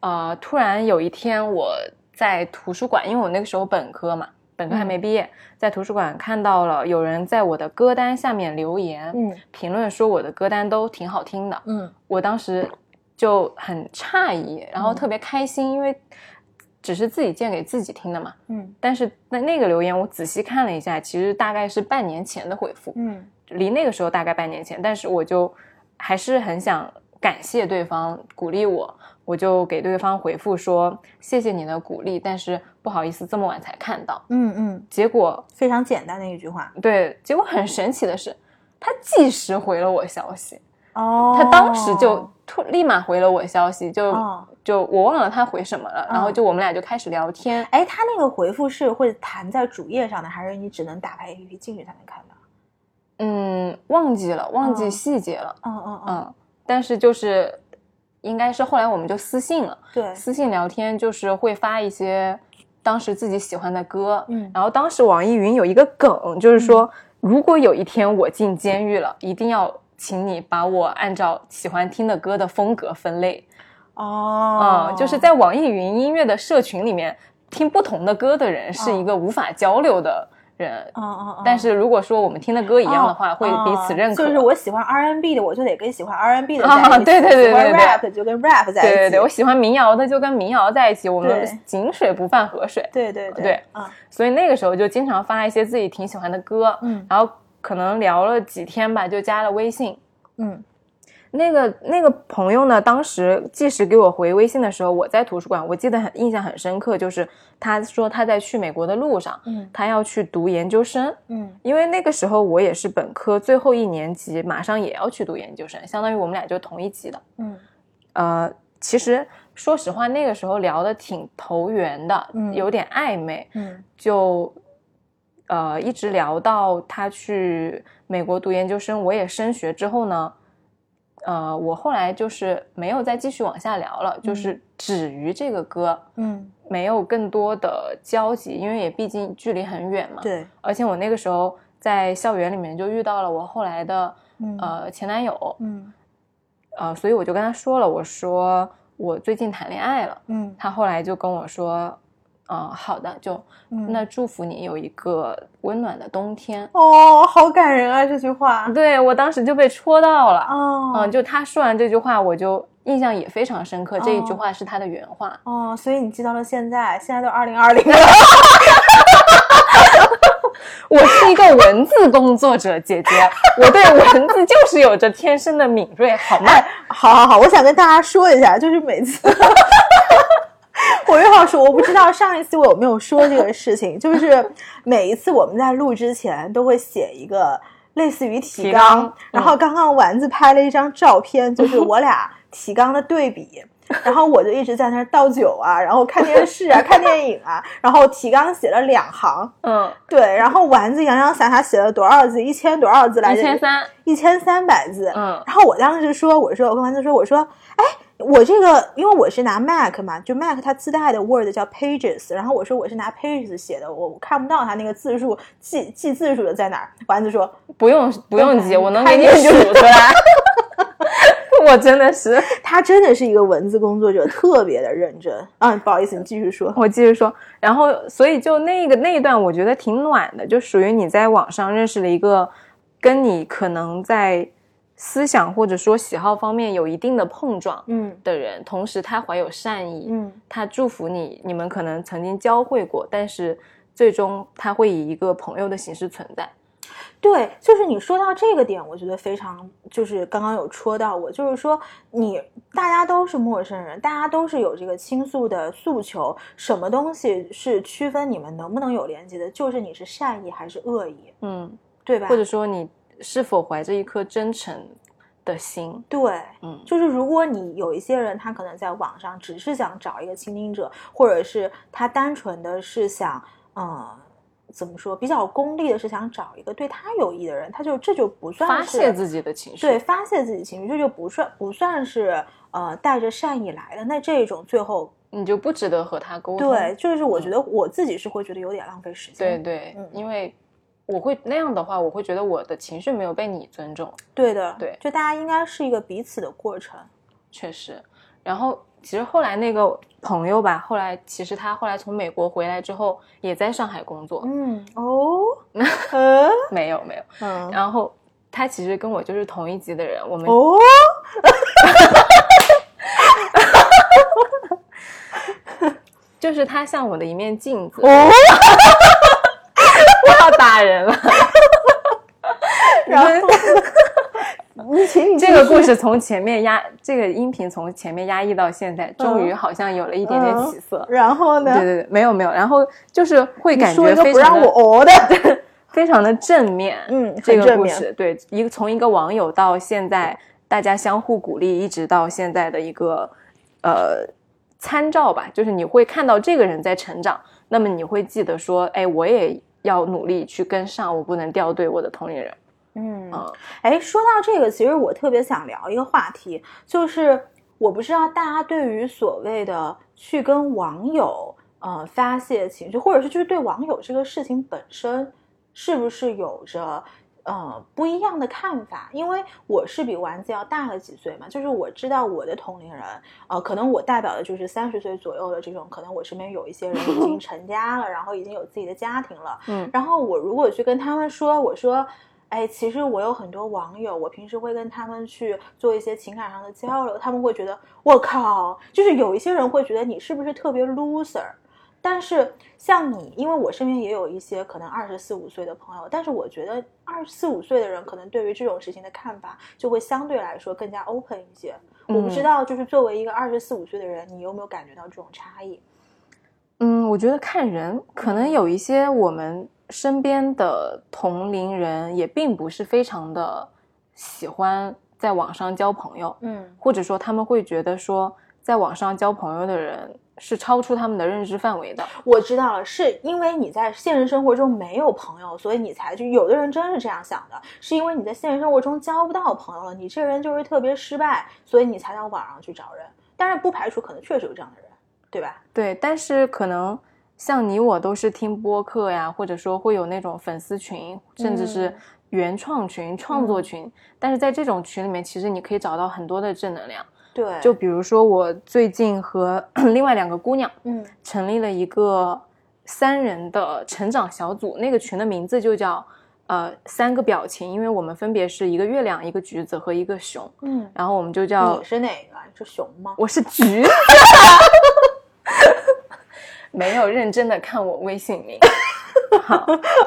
Speaker 3: 呃，突然有一天我在图书馆，因为我那个时候本科嘛，本科还
Speaker 4: 嗯
Speaker 3: 没毕业，在图书馆看到了有人在我的歌单下面留言，
Speaker 4: 嗯
Speaker 3: 评论说我的歌单都挺好听的，
Speaker 4: 嗯
Speaker 3: 我当时就很诧异，然后
Speaker 4: 嗯
Speaker 3: 特别开心，因为只是自己建给自己听的嘛。
Speaker 4: 嗯
Speaker 3: 但是那那个留言我仔细看了一下，其实大概是半年前的回复，
Speaker 4: 嗯
Speaker 3: 离那个时候大概半年前。但是我就还是很想感谢对方鼓励我，我就给对方回复说谢谢你的鼓励，但是不好意思这么晚才看到。
Speaker 4: 嗯嗯，
Speaker 3: 结果
Speaker 4: 非常简单的一句话。
Speaker 3: 对，结果很神奇的是，他即时回了我消息，
Speaker 4: 哦
Speaker 3: 他当时就突立马回了我消息，就、
Speaker 4: 哦
Speaker 3: 就我忘了他回什么了，然后
Speaker 4: 嗯
Speaker 3: 就我们俩就开始聊天。
Speaker 4: 哎，他那个回复是会弹在主页上的，还是你只能打开 APP 进去才能看到？
Speaker 3: 嗯，忘记了，忘记
Speaker 4: 嗯
Speaker 3: 细节了。
Speaker 4: 嗯嗯嗯，
Speaker 3: 嗯，但是就是应该是后来我们就私信了，
Speaker 4: 对，
Speaker 3: 私信聊天就是会发一些当时自己喜欢的歌，
Speaker 4: 嗯
Speaker 3: 然后当时网易云有一个梗，就是说、如果有一天我进监狱了，一定要。请你把我按照喜欢听的歌的风格分类，
Speaker 4: 哦
Speaker 3: 啊，就是在网易云音乐的社群里面，听不同的歌的人
Speaker 4: 哦
Speaker 3: 是一个无法交流的人。
Speaker 4: 嗯嗯嗯，
Speaker 3: 但是如果说我们听的歌一样的话，
Speaker 4: 哦
Speaker 3: 会彼此认可。
Speaker 4: 哦就是我喜欢 R N B 的，我就得跟喜欢 R N B 的在一起；
Speaker 3: (laughs) 啊对对对对
Speaker 4: 喜
Speaker 3: 对
Speaker 4: 欢 rap 就跟 rap 在一
Speaker 3: 对
Speaker 4: 起。
Speaker 3: 对对，我喜欢民谣的就跟民谣在一起，我们
Speaker 4: 对
Speaker 3: 井水不犯河水。
Speaker 4: 对对对
Speaker 3: 对
Speaker 4: 嗯
Speaker 3: 所以那个时候就经常发一些自己挺喜欢的歌，
Speaker 4: 嗯
Speaker 3: 然后可能聊了几天吧，就加了微信。
Speaker 4: 嗯
Speaker 3: 那个那个朋友呢，当时即使给我回微信的时候，我在图书馆，我记得很印象很深刻，就是他说他在去美国的路上，
Speaker 4: 嗯
Speaker 3: 他要去读研究生，
Speaker 4: 嗯
Speaker 3: 因为那个时候我也是本科最后一年级，马上也要去读研究生，相当于我们俩就同一级的。
Speaker 4: 嗯
Speaker 3: 呃，其实说实话，那个时候聊的挺投缘的，
Speaker 4: 嗯
Speaker 3: 有点暧昧，
Speaker 4: 嗯
Speaker 3: 就呃一直聊到他去美国读研究生，我也升学之后呢，呃，我后来就是没有再继续往下聊了，就是止于这个歌，
Speaker 4: 嗯，
Speaker 3: 没有更多的交集，因为也毕竟距离很远嘛。
Speaker 4: 对，
Speaker 3: 而且我那个时候在校园里面就遇到了我后来的
Speaker 4: 嗯
Speaker 3: 呃前男友，
Speaker 4: 嗯
Speaker 3: 呃，所以我就跟他说了，我说我最近谈恋爱了。
Speaker 4: 嗯
Speaker 3: 他后来就跟我说，呃，好的，就、
Speaker 4: 嗯
Speaker 3: 那祝福你有一个温暖的冬天。
Speaker 4: 哦，好感人啊，这句话。
Speaker 3: 对我当时就被戳到了，嗯、
Speaker 4: 哦
Speaker 3: 就他说完这句话，我就印象也非常深刻。这一句
Speaker 4: 哦
Speaker 3: 话是他的原话，
Speaker 4: 哦，所以你记到了现在，现在都二零二零了。
Speaker 3: 我是一个文字工作者姐姐，我对文字就是有着天生的敏锐，好吗？
Speaker 4: 哎好好好，我想跟大家说一下，就是每次 (laughs) 我又要说，我不知道上一次我有没有说这个
Speaker 3: (laughs)
Speaker 4: 事情，就是每一次我们在录之前都会写一个类似于提
Speaker 3: 提
Speaker 4: 纲，
Speaker 3: 纲嗯
Speaker 4: 然后刚刚丸子拍了一张照片，就
Speaker 3: (laughs)
Speaker 4: 是我俩提纲的对比。然后我就一直在那儿倒酒啊，然后看电
Speaker 3: (laughs)
Speaker 4: 视啊，看电影啊，然后提纲写了两行，
Speaker 3: 嗯，
Speaker 4: 对，然后丸子洋洋洒洒写了多少字，一千多少字 (laughs) 来
Speaker 3: 一
Speaker 4: 着？
Speaker 3: 千三，
Speaker 4: 一千三百字。
Speaker 3: 嗯
Speaker 4: 然后我当时说，我说我跟丸子说，我说，哎，我这个因为我是拿 Mac 嘛，就 Mac 它自带的 Word 叫 Pages，然后我说我是拿 Pages 写的，我看不到它那个字数记记字数的在哪儿。丸子说，
Speaker 3: 不用不用急，我能给你
Speaker 4: 看电视
Speaker 3: 数出来。 (laughs) 我真的是，
Speaker 4: 他真的是一个文字工作者，特别的认真。嗯，不好意思，你继续说。
Speaker 3: 我继续说，然后所以就那个那一段，我觉得挺暖的，就属于你在网上认识了一个跟你可能在思想或者说喜好方面有一定的碰撞
Speaker 4: 嗯
Speaker 3: 的人，同时他怀有善意，
Speaker 4: 嗯
Speaker 3: 他祝福你，你们可能曾经交汇过，但是最终他会以一个朋友的形式存在。
Speaker 4: 对，就是你说到这个点，我觉得非常就是刚刚有戳到我，就是说你大家都是陌生人，大家都是有这个倾诉的诉求，什么东西是区分你们能不能有连接的，就是你是善意还是恶意，
Speaker 3: 嗯，
Speaker 4: 对吧？
Speaker 3: 或者说你是否怀着一颗真诚的心？
Speaker 4: 对，
Speaker 3: 嗯
Speaker 4: 就是如果你有一些人，他可能在网上只是想找一个倾听者，或者是他单纯的是想，呃，怎么说，比较功利的是想找一个对他有益的人，他就这就不算
Speaker 3: 发
Speaker 4: 是
Speaker 3: 泄自己的情绪。
Speaker 4: 对，发泄自己情绪，这就不算不算是呃带着善意来的。那这种最后
Speaker 3: 你就不值得和他沟通。嗯
Speaker 4: 对，就是我觉得我自己是会觉得有点浪费时
Speaker 3: 对
Speaker 4: 间。
Speaker 3: 对
Speaker 4: 嗯
Speaker 3: 因为我会那样的话，我会觉得我的情绪没有被你尊重，
Speaker 4: 对的，
Speaker 3: 对
Speaker 4: 就大家应该是一个彼此的过程。
Speaker 3: 确实。然后其实后来那个朋友吧，后来其实他后来从美国回来之后，也在上海工作，
Speaker 4: 嗯哦，
Speaker 3: (laughs)
Speaker 4: 嗯
Speaker 3: 没有没有。
Speaker 4: 嗯
Speaker 3: 然后他其实跟我就是同一级的人，我们、
Speaker 4: 哦，
Speaker 3: 就是他像我的一面镜子。
Speaker 4: 哦，
Speaker 3: (laughs) 我要打人
Speaker 4: (laughs)
Speaker 3: 了。
Speaker 4: 然后 (laughs) 你请你
Speaker 3: 这个故事从前面压，这个音频从前面压抑到现在，终
Speaker 4: 嗯
Speaker 3: 于好像有了一点点起色。
Speaker 4: 然后呢
Speaker 3: 对？对对，没有没有，然后就是会
Speaker 4: 你
Speaker 3: 感
Speaker 4: 说一
Speaker 3: 觉
Speaker 4: 个
Speaker 3: 非
Speaker 4: 不让
Speaker 3: 常
Speaker 4: 我
Speaker 3: 的
Speaker 4: 哦的，
Speaker 3: (laughs) 非常的正面。
Speaker 4: 嗯很
Speaker 3: 这个
Speaker 4: 正
Speaker 3: 故
Speaker 4: 面
Speaker 3: 事对一个从一个网友到现在大家相互鼓励，一直到现在的一个呃参照吧，就是你会看到这个人在成长，那么你会记得说，哎，我也要努力去跟上，我不能掉队我的同龄人。
Speaker 4: 嗯
Speaker 3: 嗯
Speaker 4: 哎，说到这个，其实我特别想聊一个话题，就是我不知道大家对于所谓的去跟网友呃发泄情绪，或者是就是对网友这个事情本身，是不是有着呃不一样的看法？因为我是比丸子要大个几岁嘛，就是我知道我的同龄人，呃，可能我代表的就是三十岁左右的这种，可能我身边有一些人已经 (laughs) 成家了，然后已经有自己的家庭了，
Speaker 3: 嗯
Speaker 4: 然后我如果去跟他们说，我说，哎，其实我有很多网友，我平时会跟他们去做一些情感上的交流，他们会觉得我靠，就是有一些人会觉得你是不是特别 loser。但是像你，因为我身边也有一些可能二十四五岁的朋友，但是我觉得二十四五岁的人可能对于这种事情的看法就会相对来说更加 open 一些。我不
Speaker 3: 嗯
Speaker 4: 知道，就是作为一个二十四五岁的人，你有没有感觉到这种差异？
Speaker 3: 嗯，我觉得看人，可能有一些我们身边的同龄人也并不是非常的喜欢在网上交朋友，
Speaker 4: 嗯
Speaker 3: 或者说他们会觉得说，在网上交朋友的人，是超出他们的认知范围的。
Speaker 4: 我知道了，是因为你在现实生活中没有朋友，所以你才去。有的人真是这样想的，是因为你在现实生活中交不到朋友了，你这人就是特别失败，所以你才到网上去找人。但是不排除可能确实有这样的人，对吧？
Speaker 3: 对，但是可能像你我都是听播客呀，或者说会有那种粉丝群，甚至是
Speaker 4: 嗯
Speaker 3: 原创群、创作群。但是在这种群里面，其实你可以找到很多的正能量。
Speaker 4: 对，
Speaker 3: 就比如说我最近和 (clears throat) 另外两个姑娘
Speaker 4: 嗯
Speaker 3: 成立了一个三人的成长小组，那个群的名字就叫呃三个表情，因为我们分别是一个月亮、一个橘子和一个熊，
Speaker 4: 嗯，
Speaker 3: 然后我们就叫
Speaker 4: 你是哪个？是熊
Speaker 3: (laughs)
Speaker 4: 吗？
Speaker 3: 我是
Speaker 4: (laughs)
Speaker 3: 橘子，没有认真的看我微信名，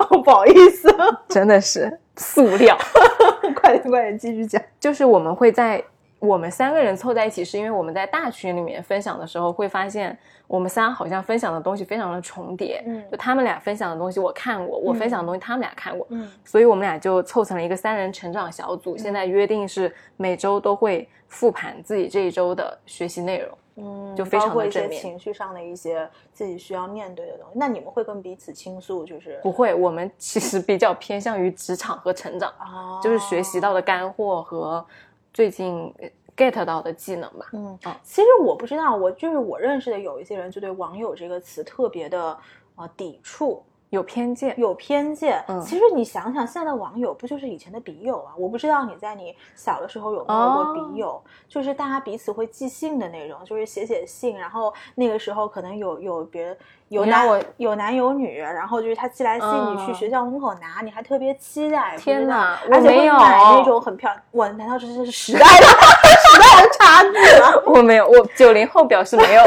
Speaker 4: 不好意思，
Speaker 3: 真的是 (laughs) 塑料。
Speaker 4: (laughs) 快点快点继续讲。
Speaker 3: 就是我们会在我们三个人凑在一起，是因为我们在大群里面分享的时候，会发现我们仨好像分享的东西非常的重叠。
Speaker 4: 嗯
Speaker 3: 就他们俩分享的东西我看过，我分享的东西他们俩看过，
Speaker 4: (laughs)
Speaker 3: (laughs)
Speaker 4: 嗯
Speaker 3: 所以我们俩就凑成了一个三人成长小组。现在约定是每周都会复盘自己这一周的学习内容。
Speaker 4: 嗯，
Speaker 3: 就非常
Speaker 4: 包括
Speaker 3: 的
Speaker 4: 一些
Speaker 3: 正面
Speaker 4: 情绪上的一些自己需要面对的东西。那你们会跟彼此倾诉，就是
Speaker 3: 不会，我们其实比较偏向于职场和成长，
Speaker 4: 啊，
Speaker 3: 就是学习到的干货和最近呃 get 到的技能吧。
Speaker 4: 嗯
Speaker 3: 啊，
Speaker 4: 其实我不知道，我就是我认识的有一些人就对“网友”这个词特别的呃抵触，
Speaker 3: 有偏见，
Speaker 4: 有偏见。
Speaker 3: 嗯
Speaker 4: 其实你想想，现在的网友不就是以前的笔友啊？我不知道你在你小的时候有没有
Speaker 3: 哦
Speaker 4: 过笔友，就是大家彼此会寄信的那种，就是写写信，然后那个时候可能有有别有
Speaker 3: 你让
Speaker 4: 男
Speaker 3: 我
Speaker 4: 有男有女，然后就是他寄来信，
Speaker 3: 嗯
Speaker 4: 你去学校门口拿，你还特别期待。
Speaker 3: 天
Speaker 4: 哪
Speaker 3: 哪，
Speaker 4: 而且
Speaker 3: 我没
Speaker 4: 会
Speaker 3: 有
Speaker 4: 买那种很漂亮，我难道这是
Speaker 3: (laughs)
Speaker 4: 时代的时代的差距吗？
Speaker 3: 我没有，我九零后表示没
Speaker 4: (laughs)
Speaker 3: 有，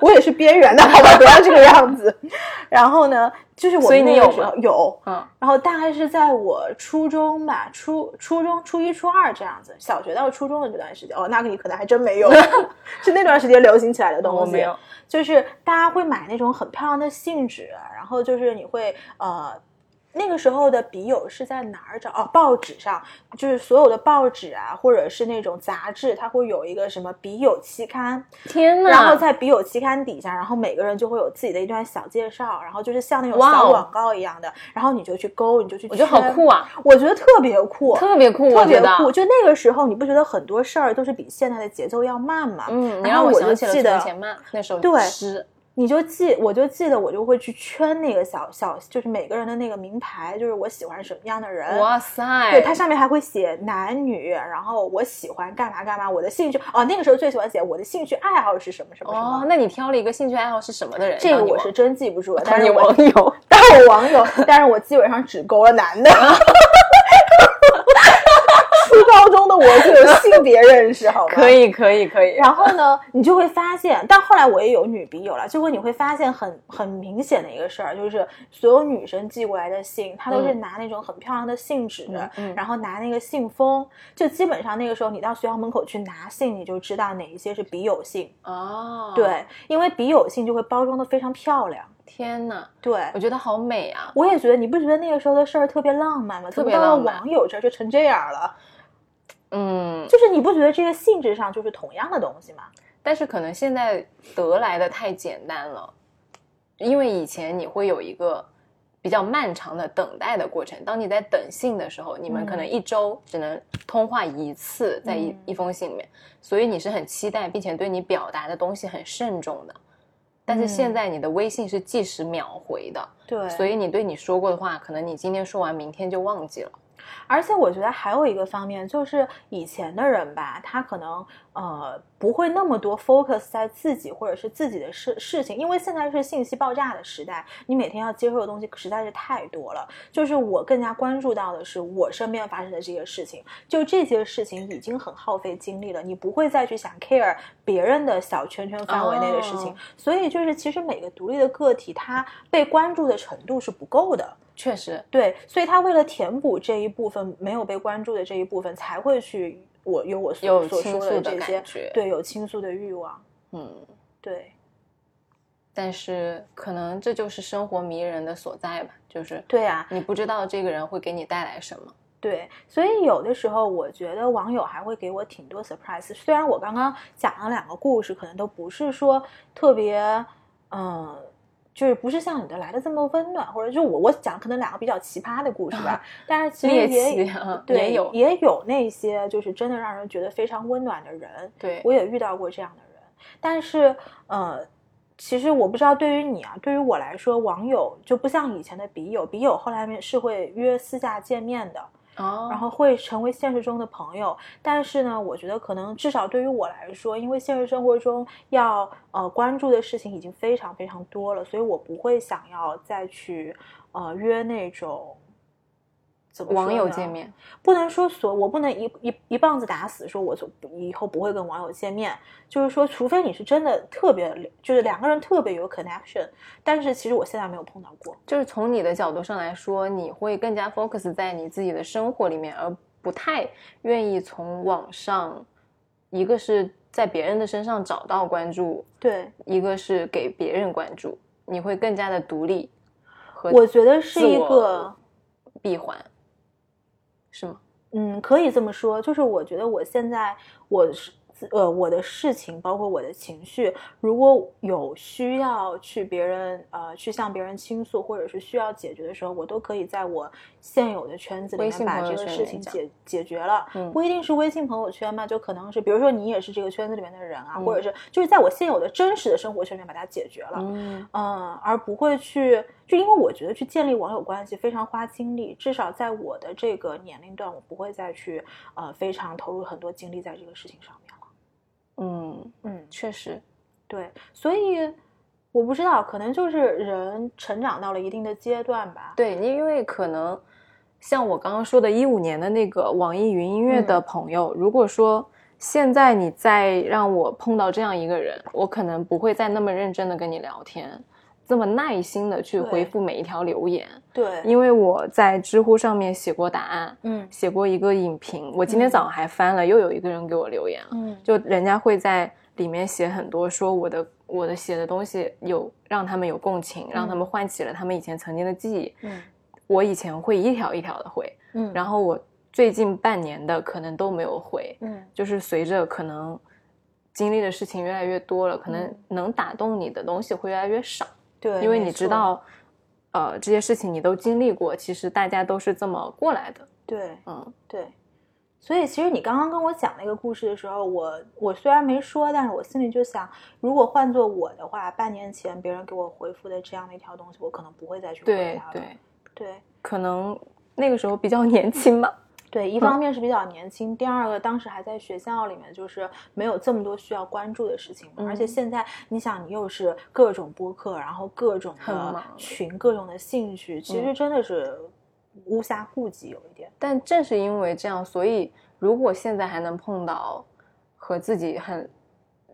Speaker 4: 我也是边缘的，好吧，不要这个样子。 (laughs) 然后呢，就是我
Speaker 3: 所以
Speaker 4: 们那
Speaker 3: 你
Speaker 4: 个
Speaker 3: 有
Speaker 4: 时
Speaker 3: 吗
Speaker 4: 候有，
Speaker 3: 嗯，
Speaker 4: 然后大概是在我初中吧，初初中初一初二这样子，小学到初中的这段时间，哦，那个你可能还真 (laughs) 没有，是那段时间流行起来的东西。
Speaker 3: 我没有，
Speaker 4: 就是大家会买那种很漂亮的信纸，啊然后就是你会呃。那个时候的笔友是在哪儿找？哦，报纸上，就是所有的报纸啊，或者是那种杂志，它会有一个什么笔友期刊，
Speaker 3: 天哪！
Speaker 4: 然后在笔友期刊底下，然后每个人就会有自己的一段小介绍，然后就是像那种
Speaker 3: 哇
Speaker 4: 小
Speaker 3: 哦
Speaker 4: 广告一样的，然后你就去勾，你就去，
Speaker 3: 我觉得好酷，啊，
Speaker 4: 我觉得特别酷，
Speaker 3: 特别酷，
Speaker 4: 特
Speaker 3: 我
Speaker 4: 别
Speaker 3: 觉得。
Speaker 4: 酷。就那个时候，你不觉得很多事儿都是比现在的节奏要慢吗？
Speaker 3: 嗯，你
Speaker 4: 然
Speaker 3: 让
Speaker 4: 后
Speaker 3: 我想
Speaker 4: 就
Speaker 3: 起了
Speaker 4: 记
Speaker 3: 存
Speaker 4: 得，
Speaker 3: 钱慢那首
Speaker 4: 对
Speaker 3: 诗，
Speaker 4: 你就记，我就记得，我就会去圈那个小小，就是每个人的那个名牌，就是我喜欢什么样的人，
Speaker 3: 哇塞！
Speaker 4: 呃对，它上面还会写男女，然后我喜欢干嘛干嘛，我的兴趣哦，那个时候最喜欢写我的兴趣爱好是什么什么什么。
Speaker 3: 哦，那你挑了一个兴趣爱好是什么的人？
Speaker 4: 这个
Speaker 3: 当你
Speaker 4: 我
Speaker 3: 网
Speaker 4: 是真记不住了，但
Speaker 3: 当
Speaker 4: 是
Speaker 3: 你
Speaker 4: 我
Speaker 3: 网
Speaker 4: (laughs)
Speaker 3: 友，
Speaker 4: 但是我网友，但是我基本上只勾了男的。 (laughs) 初高中的我就有性别认识，好吗？
Speaker 3: 可。以可以可以。
Speaker 4: 然后呢，你就会发现，但后来我也有女笔友了，就会你会发现很很明显的一个事儿，就是所有女生寄过来的信，她都是
Speaker 3: 嗯
Speaker 4: 拿那种很漂亮的信纸，
Speaker 3: 嗯嗯
Speaker 4: 然后拿那个信封，就基本上那个时候你到学校门口去拿信，你就知道哪一些是笔友信。
Speaker 3: 哦，，
Speaker 4: 对，因为笔友信就会包装的非常漂亮。
Speaker 3: 天哪，
Speaker 4: 对，
Speaker 3: 我觉得好美啊！
Speaker 4: 我也觉得，你不觉得那个时候的事儿特别浪漫吗？
Speaker 3: 特别
Speaker 4: 怎么到了
Speaker 3: 浪漫
Speaker 4: 网友这儿就成这样了，
Speaker 3: 嗯，
Speaker 4: 就是你不觉得这个性质上就是同样的东西吗？
Speaker 3: 但是可能现在得来的太简单了，因为以前你会有一个比较漫长的等待的过程。当你在等信的时候，你们可能一周只能通话一次，在一、
Speaker 4: 嗯
Speaker 3: 一封信里面，所以你是很期待，并且对你表达的东西很慎重的。但是现在你的微信是即时秒回的，
Speaker 4: 嗯对
Speaker 3: 所以你对你说过的话，可能你今天说完，明天就忘记了。
Speaker 4: 而且我觉得还有一个方面，就是以前的人吧，他可能呃不会那么多 focus 在自己或者是自己的事事情，因为现在是信息爆炸的时代，你每天要接受的东西实在是太多了。就是我更加关注到的是我身边发生的这些事情，就这些事情已经很耗费精力了，你不会再去想 care 别人的小圈圈范围内的事情。
Speaker 3: 哦
Speaker 4: 所以就是其实每个独立的个体，他被关注的程度是不够的。
Speaker 3: 确实，
Speaker 4: 对，所以他为了填补这一部分没有被关注的这一部分，才会去我有我所
Speaker 3: 有
Speaker 4: 所
Speaker 3: 倾
Speaker 4: 说
Speaker 3: 诉的
Speaker 4: 这
Speaker 3: 感
Speaker 4: 些，
Speaker 3: 觉
Speaker 4: 对，有倾诉的欲望，
Speaker 3: 嗯。
Speaker 4: 对
Speaker 3: 但是可能这就是生活迷人的所在吧，就是
Speaker 4: 对啊，
Speaker 3: 你不知道这个人会给你带来什么。
Speaker 4: 对，所以有的时候我觉得网友还会给我挺多 surprise。虽然我刚刚讲了两个故事，可能都不是说特别，嗯、就是不是像你的来的这么温暖，或者就我我讲可能两个比较奇葩的故事
Speaker 3: (laughs)
Speaker 4: 吧，但是其实
Speaker 3: 猎
Speaker 4: 也
Speaker 3: 奇啊，
Speaker 4: 对
Speaker 3: 也有
Speaker 4: 也有那些就是真的让人觉得非常温暖的人，
Speaker 3: 对，
Speaker 4: 我也遇到过这样的人，但是呃，其实我不知道对于你啊，对于我来说，网友就不像以前的笔友，笔友后来面是会约私下见面的，
Speaker 3: 哦，
Speaker 4: 然后会成为现实中的朋友。但是呢，我觉得可能至少对于我来说，因为现实生活中要呃关注的事情已经非常非常多了，所以我不会想要再去呃约那种。怎么说
Speaker 3: 网友
Speaker 4: 呢
Speaker 3: 见面，
Speaker 4: 不能说所，我不能一一一棒子打死，说我从以后不会跟网友见面。就是说，除非你是真的特别，就是两个人特别有 connection，但是其实我现在没有碰到过。
Speaker 3: 就是从你的角度上来说，你会更加 focus 在你自己的生活里面，而不太愿意从网上，一个是在别人的身上找到关注，
Speaker 4: 对，
Speaker 3: 一个是给别人关注，你会更加的独立和
Speaker 4: 我觉得是
Speaker 3: 自
Speaker 4: 一
Speaker 3: 我
Speaker 4: 个，
Speaker 3: 闭环，是吗？
Speaker 4: 嗯，可以这么说，就是我觉得我现在我是。呃，我的事情包括我的情绪，如果有需要去别人呃去向别人倾诉，或者是需要解决的时候，我都可以在我现有的圈子里
Speaker 3: 微
Speaker 4: 面
Speaker 3: 信
Speaker 4: 把
Speaker 3: 朋友
Speaker 4: 这个
Speaker 3: 圈
Speaker 4: 事
Speaker 3: 里
Speaker 4: 情
Speaker 3: 讲
Speaker 4: 解解决了。
Speaker 3: 嗯
Speaker 4: 不一定是微信朋友圈嘛，就可能是比如说你也是这个圈子里面的人啊，
Speaker 3: 嗯
Speaker 4: 或者是就是在我现有的真实的生活圈里面把它解决了。
Speaker 3: 嗯，
Speaker 4: 嗯，而不会去，就因为我觉得去建立网友关系非常花精力，至少在我的这个年龄段，我不会再去呃非常投入很多精力在这个事情上面了。
Speaker 3: 嗯，
Speaker 4: 嗯，
Speaker 3: 确实，
Speaker 4: 对，所以我不知道，可能就是人成长到了一定的阶段吧。
Speaker 3: 对你，因为可能像我刚刚说的，一五年的那个网易云音乐的
Speaker 4: 嗯
Speaker 3: 朋友，如果说现在你再让我碰到这样一个人，我可能不会再那么认真的跟你聊天，这么耐心的去回
Speaker 4: 对
Speaker 3: 复每一条留言，
Speaker 4: 对，
Speaker 3: 因为我在知乎上面写过答案，
Speaker 4: 嗯
Speaker 3: 写过一个影评，我今天
Speaker 4: 嗯
Speaker 3: 早上还翻了，又有一个人给我留言了。
Speaker 4: 嗯，
Speaker 3: 就人家会在里面写很多，说我的我的写的东西有让他们有共情，让他们唤起了他们以前曾经的记忆。
Speaker 4: 嗯
Speaker 3: 我以前会一条一条的回，
Speaker 4: 嗯，
Speaker 3: 然
Speaker 4: 后
Speaker 3: 后我最近半年的可能都没有回，
Speaker 4: 嗯
Speaker 3: 就是随着可能经历的事情越来越多了，可能
Speaker 4: 嗯
Speaker 3: 能打动你的东西会越来越少，
Speaker 4: 对，
Speaker 3: 因为
Speaker 4: 没
Speaker 3: 你知
Speaker 4: 错
Speaker 3: 道，呃，这些事情你都经历过，其实大家都是这么过来的，
Speaker 4: 对。
Speaker 3: 嗯
Speaker 4: 对，所以其实你刚刚跟我讲那个故事的时候，我我虽然没说，但是我心里就想，如果换做我的话，半年前别人给我回复的这样的一条东西，我可能不会再去回
Speaker 3: 对
Speaker 4: 他了。
Speaker 3: 对，
Speaker 4: 对
Speaker 3: 可能那个时候比较年轻吧，
Speaker 4: 对，一方面是比较年轻，第二个当时还在学校里面，就是没有这么多需要关注的事情嘛。而且
Speaker 3: 嗯
Speaker 4: 现在你想，你又是各种播客，然后各种
Speaker 3: 很
Speaker 4: 的
Speaker 3: 忙
Speaker 4: 群，各种的兴趣，其实
Speaker 3: 嗯
Speaker 4: 真的是无暇顾及有一点。
Speaker 3: 但正是因为这样，所以如果现在还能碰到和自己很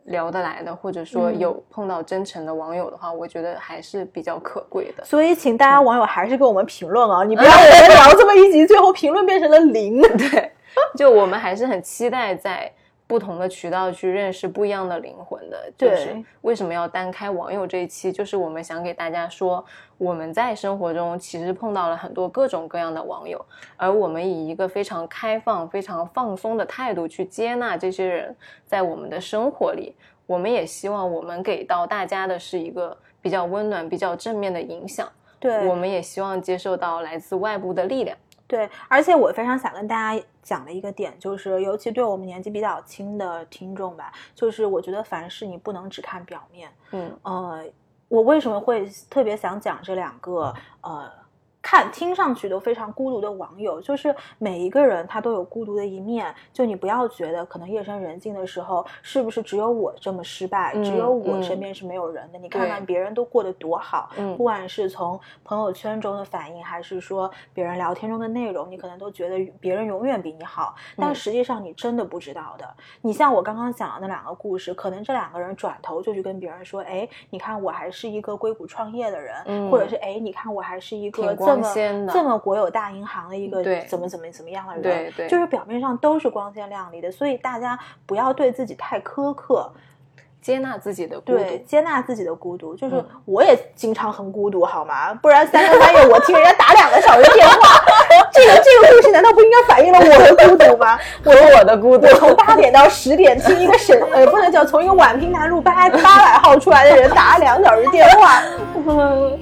Speaker 3: 聊得来的，或者说
Speaker 4: 嗯
Speaker 3: 有碰到真诚的网友的话，我觉得还是比较可贵的。
Speaker 4: 所以，请大家网友还是给我们评论啊！你 (laughs) 不要我们聊这么一集，最后评论变成了 (laughs) 零。
Speaker 3: 对，就我们还是很期待在不同的渠道去认识不一样的灵魂的。就是
Speaker 4: 对
Speaker 3: 为什么要单开网友这一期，就是我们想给大家说，我们在生活中其实碰到了很多各种各样的网友，而我们以一个非常开放、非常放松的态度去接纳这些人在我们的生活里。我们也希望我们给到大家的是一个比较温暖、比较正面的影响。
Speaker 4: 对
Speaker 3: 我们也希望接受到来自外部的力量。
Speaker 4: 对，而且我非常想跟大家讲的一个点，就是尤其对我们年纪比较轻的听众吧，就是我觉得凡事你不能只看表面。
Speaker 3: 嗯
Speaker 4: 呃，我为什么会特别想讲这两个呃，看听上去都非常孤独的网友，就是每一个人他都有孤独的一面，就你不要觉得可能夜深人静的时候，是不是只有我这么失败，只
Speaker 3: 嗯
Speaker 4: 有我
Speaker 3: 嗯
Speaker 4: 身边是没有人的？你看
Speaker 3: 对
Speaker 4: 看别人都过得多好，
Speaker 3: 嗯
Speaker 4: 不管是从朋友圈中的反应，还是说别人聊天中的内容，你可能都觉得别人永远比你好，但
Speaker 3: 嗯
Speaker 4: 实际上你真的不知道的。你像我刚刚讲的那两个故事，可能这两个人转头就去跟别人说：“哎，你看我还是一个硅谷创业的人，
Speaker 3: 嗯
Speaker 4: 或者是哎，你看我还是一个
Speaker 3: 挺
Speaker 4: 这
Speaker 3: 光
Speaker 4: 么
Speaker 3: 鲜的嗯
Speaker 4: 这么国有大银行的一个
Speaker 3: 对
Speaker 4: 怎么怎么怎么样的人。”
Speaker 3: 对对
Speaker 4: 就是表面上都是光鲜亮丽的，所以大家不要对自己太苛刻。
Speaker 3: 接纳自己的孤
Speaker 4: 对，
Speaker 3: 独。
Speaker 4: 接纳自己的孤独，就是
Speaker 3: 嗯
Speaker 4: 我也经常很孤独，好吗？不然三更半夜我听人家打两个小时电话， (laughs) 这个这个故事难道不应该反映了我的孤独
Speaker 3: (laughs)
Speaker 4: 吗？
Speaker 3: 我有我的孤独
Speaker 4: 我，从八点到十点听一个沈呃不能叫从一个宛平南路八八百号出来的人打两个小时电
Speaker 3: (laughs)
Speaker 4: 话，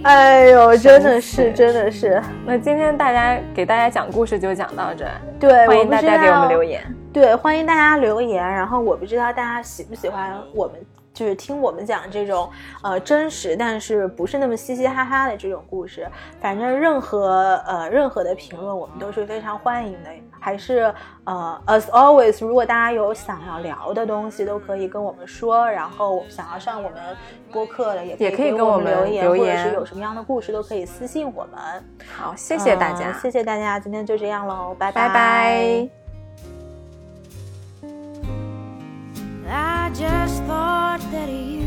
Speaker 4: 哎呦，真的是真的是，
Speaker 3: 那今天大家给大家讲故事就讲到这儿，
Speaker 4: 对，
Speaker 3: 欢
Speaker 4: 我
Speaker 3: 迎
Speaker 4: 不
Speaker 3: 大
Speaker 4: 知
Speaker 3: 家给我们
Speaker 4: 道
Speaker 3: 留言。
Speaker 4: 对，欢迎大家留言。然后我不知道大家喜不喜欢
Speaker 3: 嗯
Speaker 4: 我们，就是听我们讲这种呃真实，但是不是那么嘻嘻哈哈的这种故事。反正任何呃任何的评论，我们都是非常欢迎的。还是呃，as always，如果大家有想要聊的东西，都可以跟我们说。然后想要上我们播客的，也
Speaker 3: 也可以
Speaker 4: 给
Speaker 3: 跟我
Speaker 4: 我
Speaker 3: 们
Speaker 4: 们留言，
Speaker 3: 留
Speaker 4: 或者
Speaker 3: 言
Speaker 4: 是有什么样的故事，都可以私信我们。
Speaker 3: 好，谢谢大家，
Speaker 4: 嗯谢谢大家，今天就这样喽，拜
Speaker 3: 拜拜。
Speaker 2: I just thought that you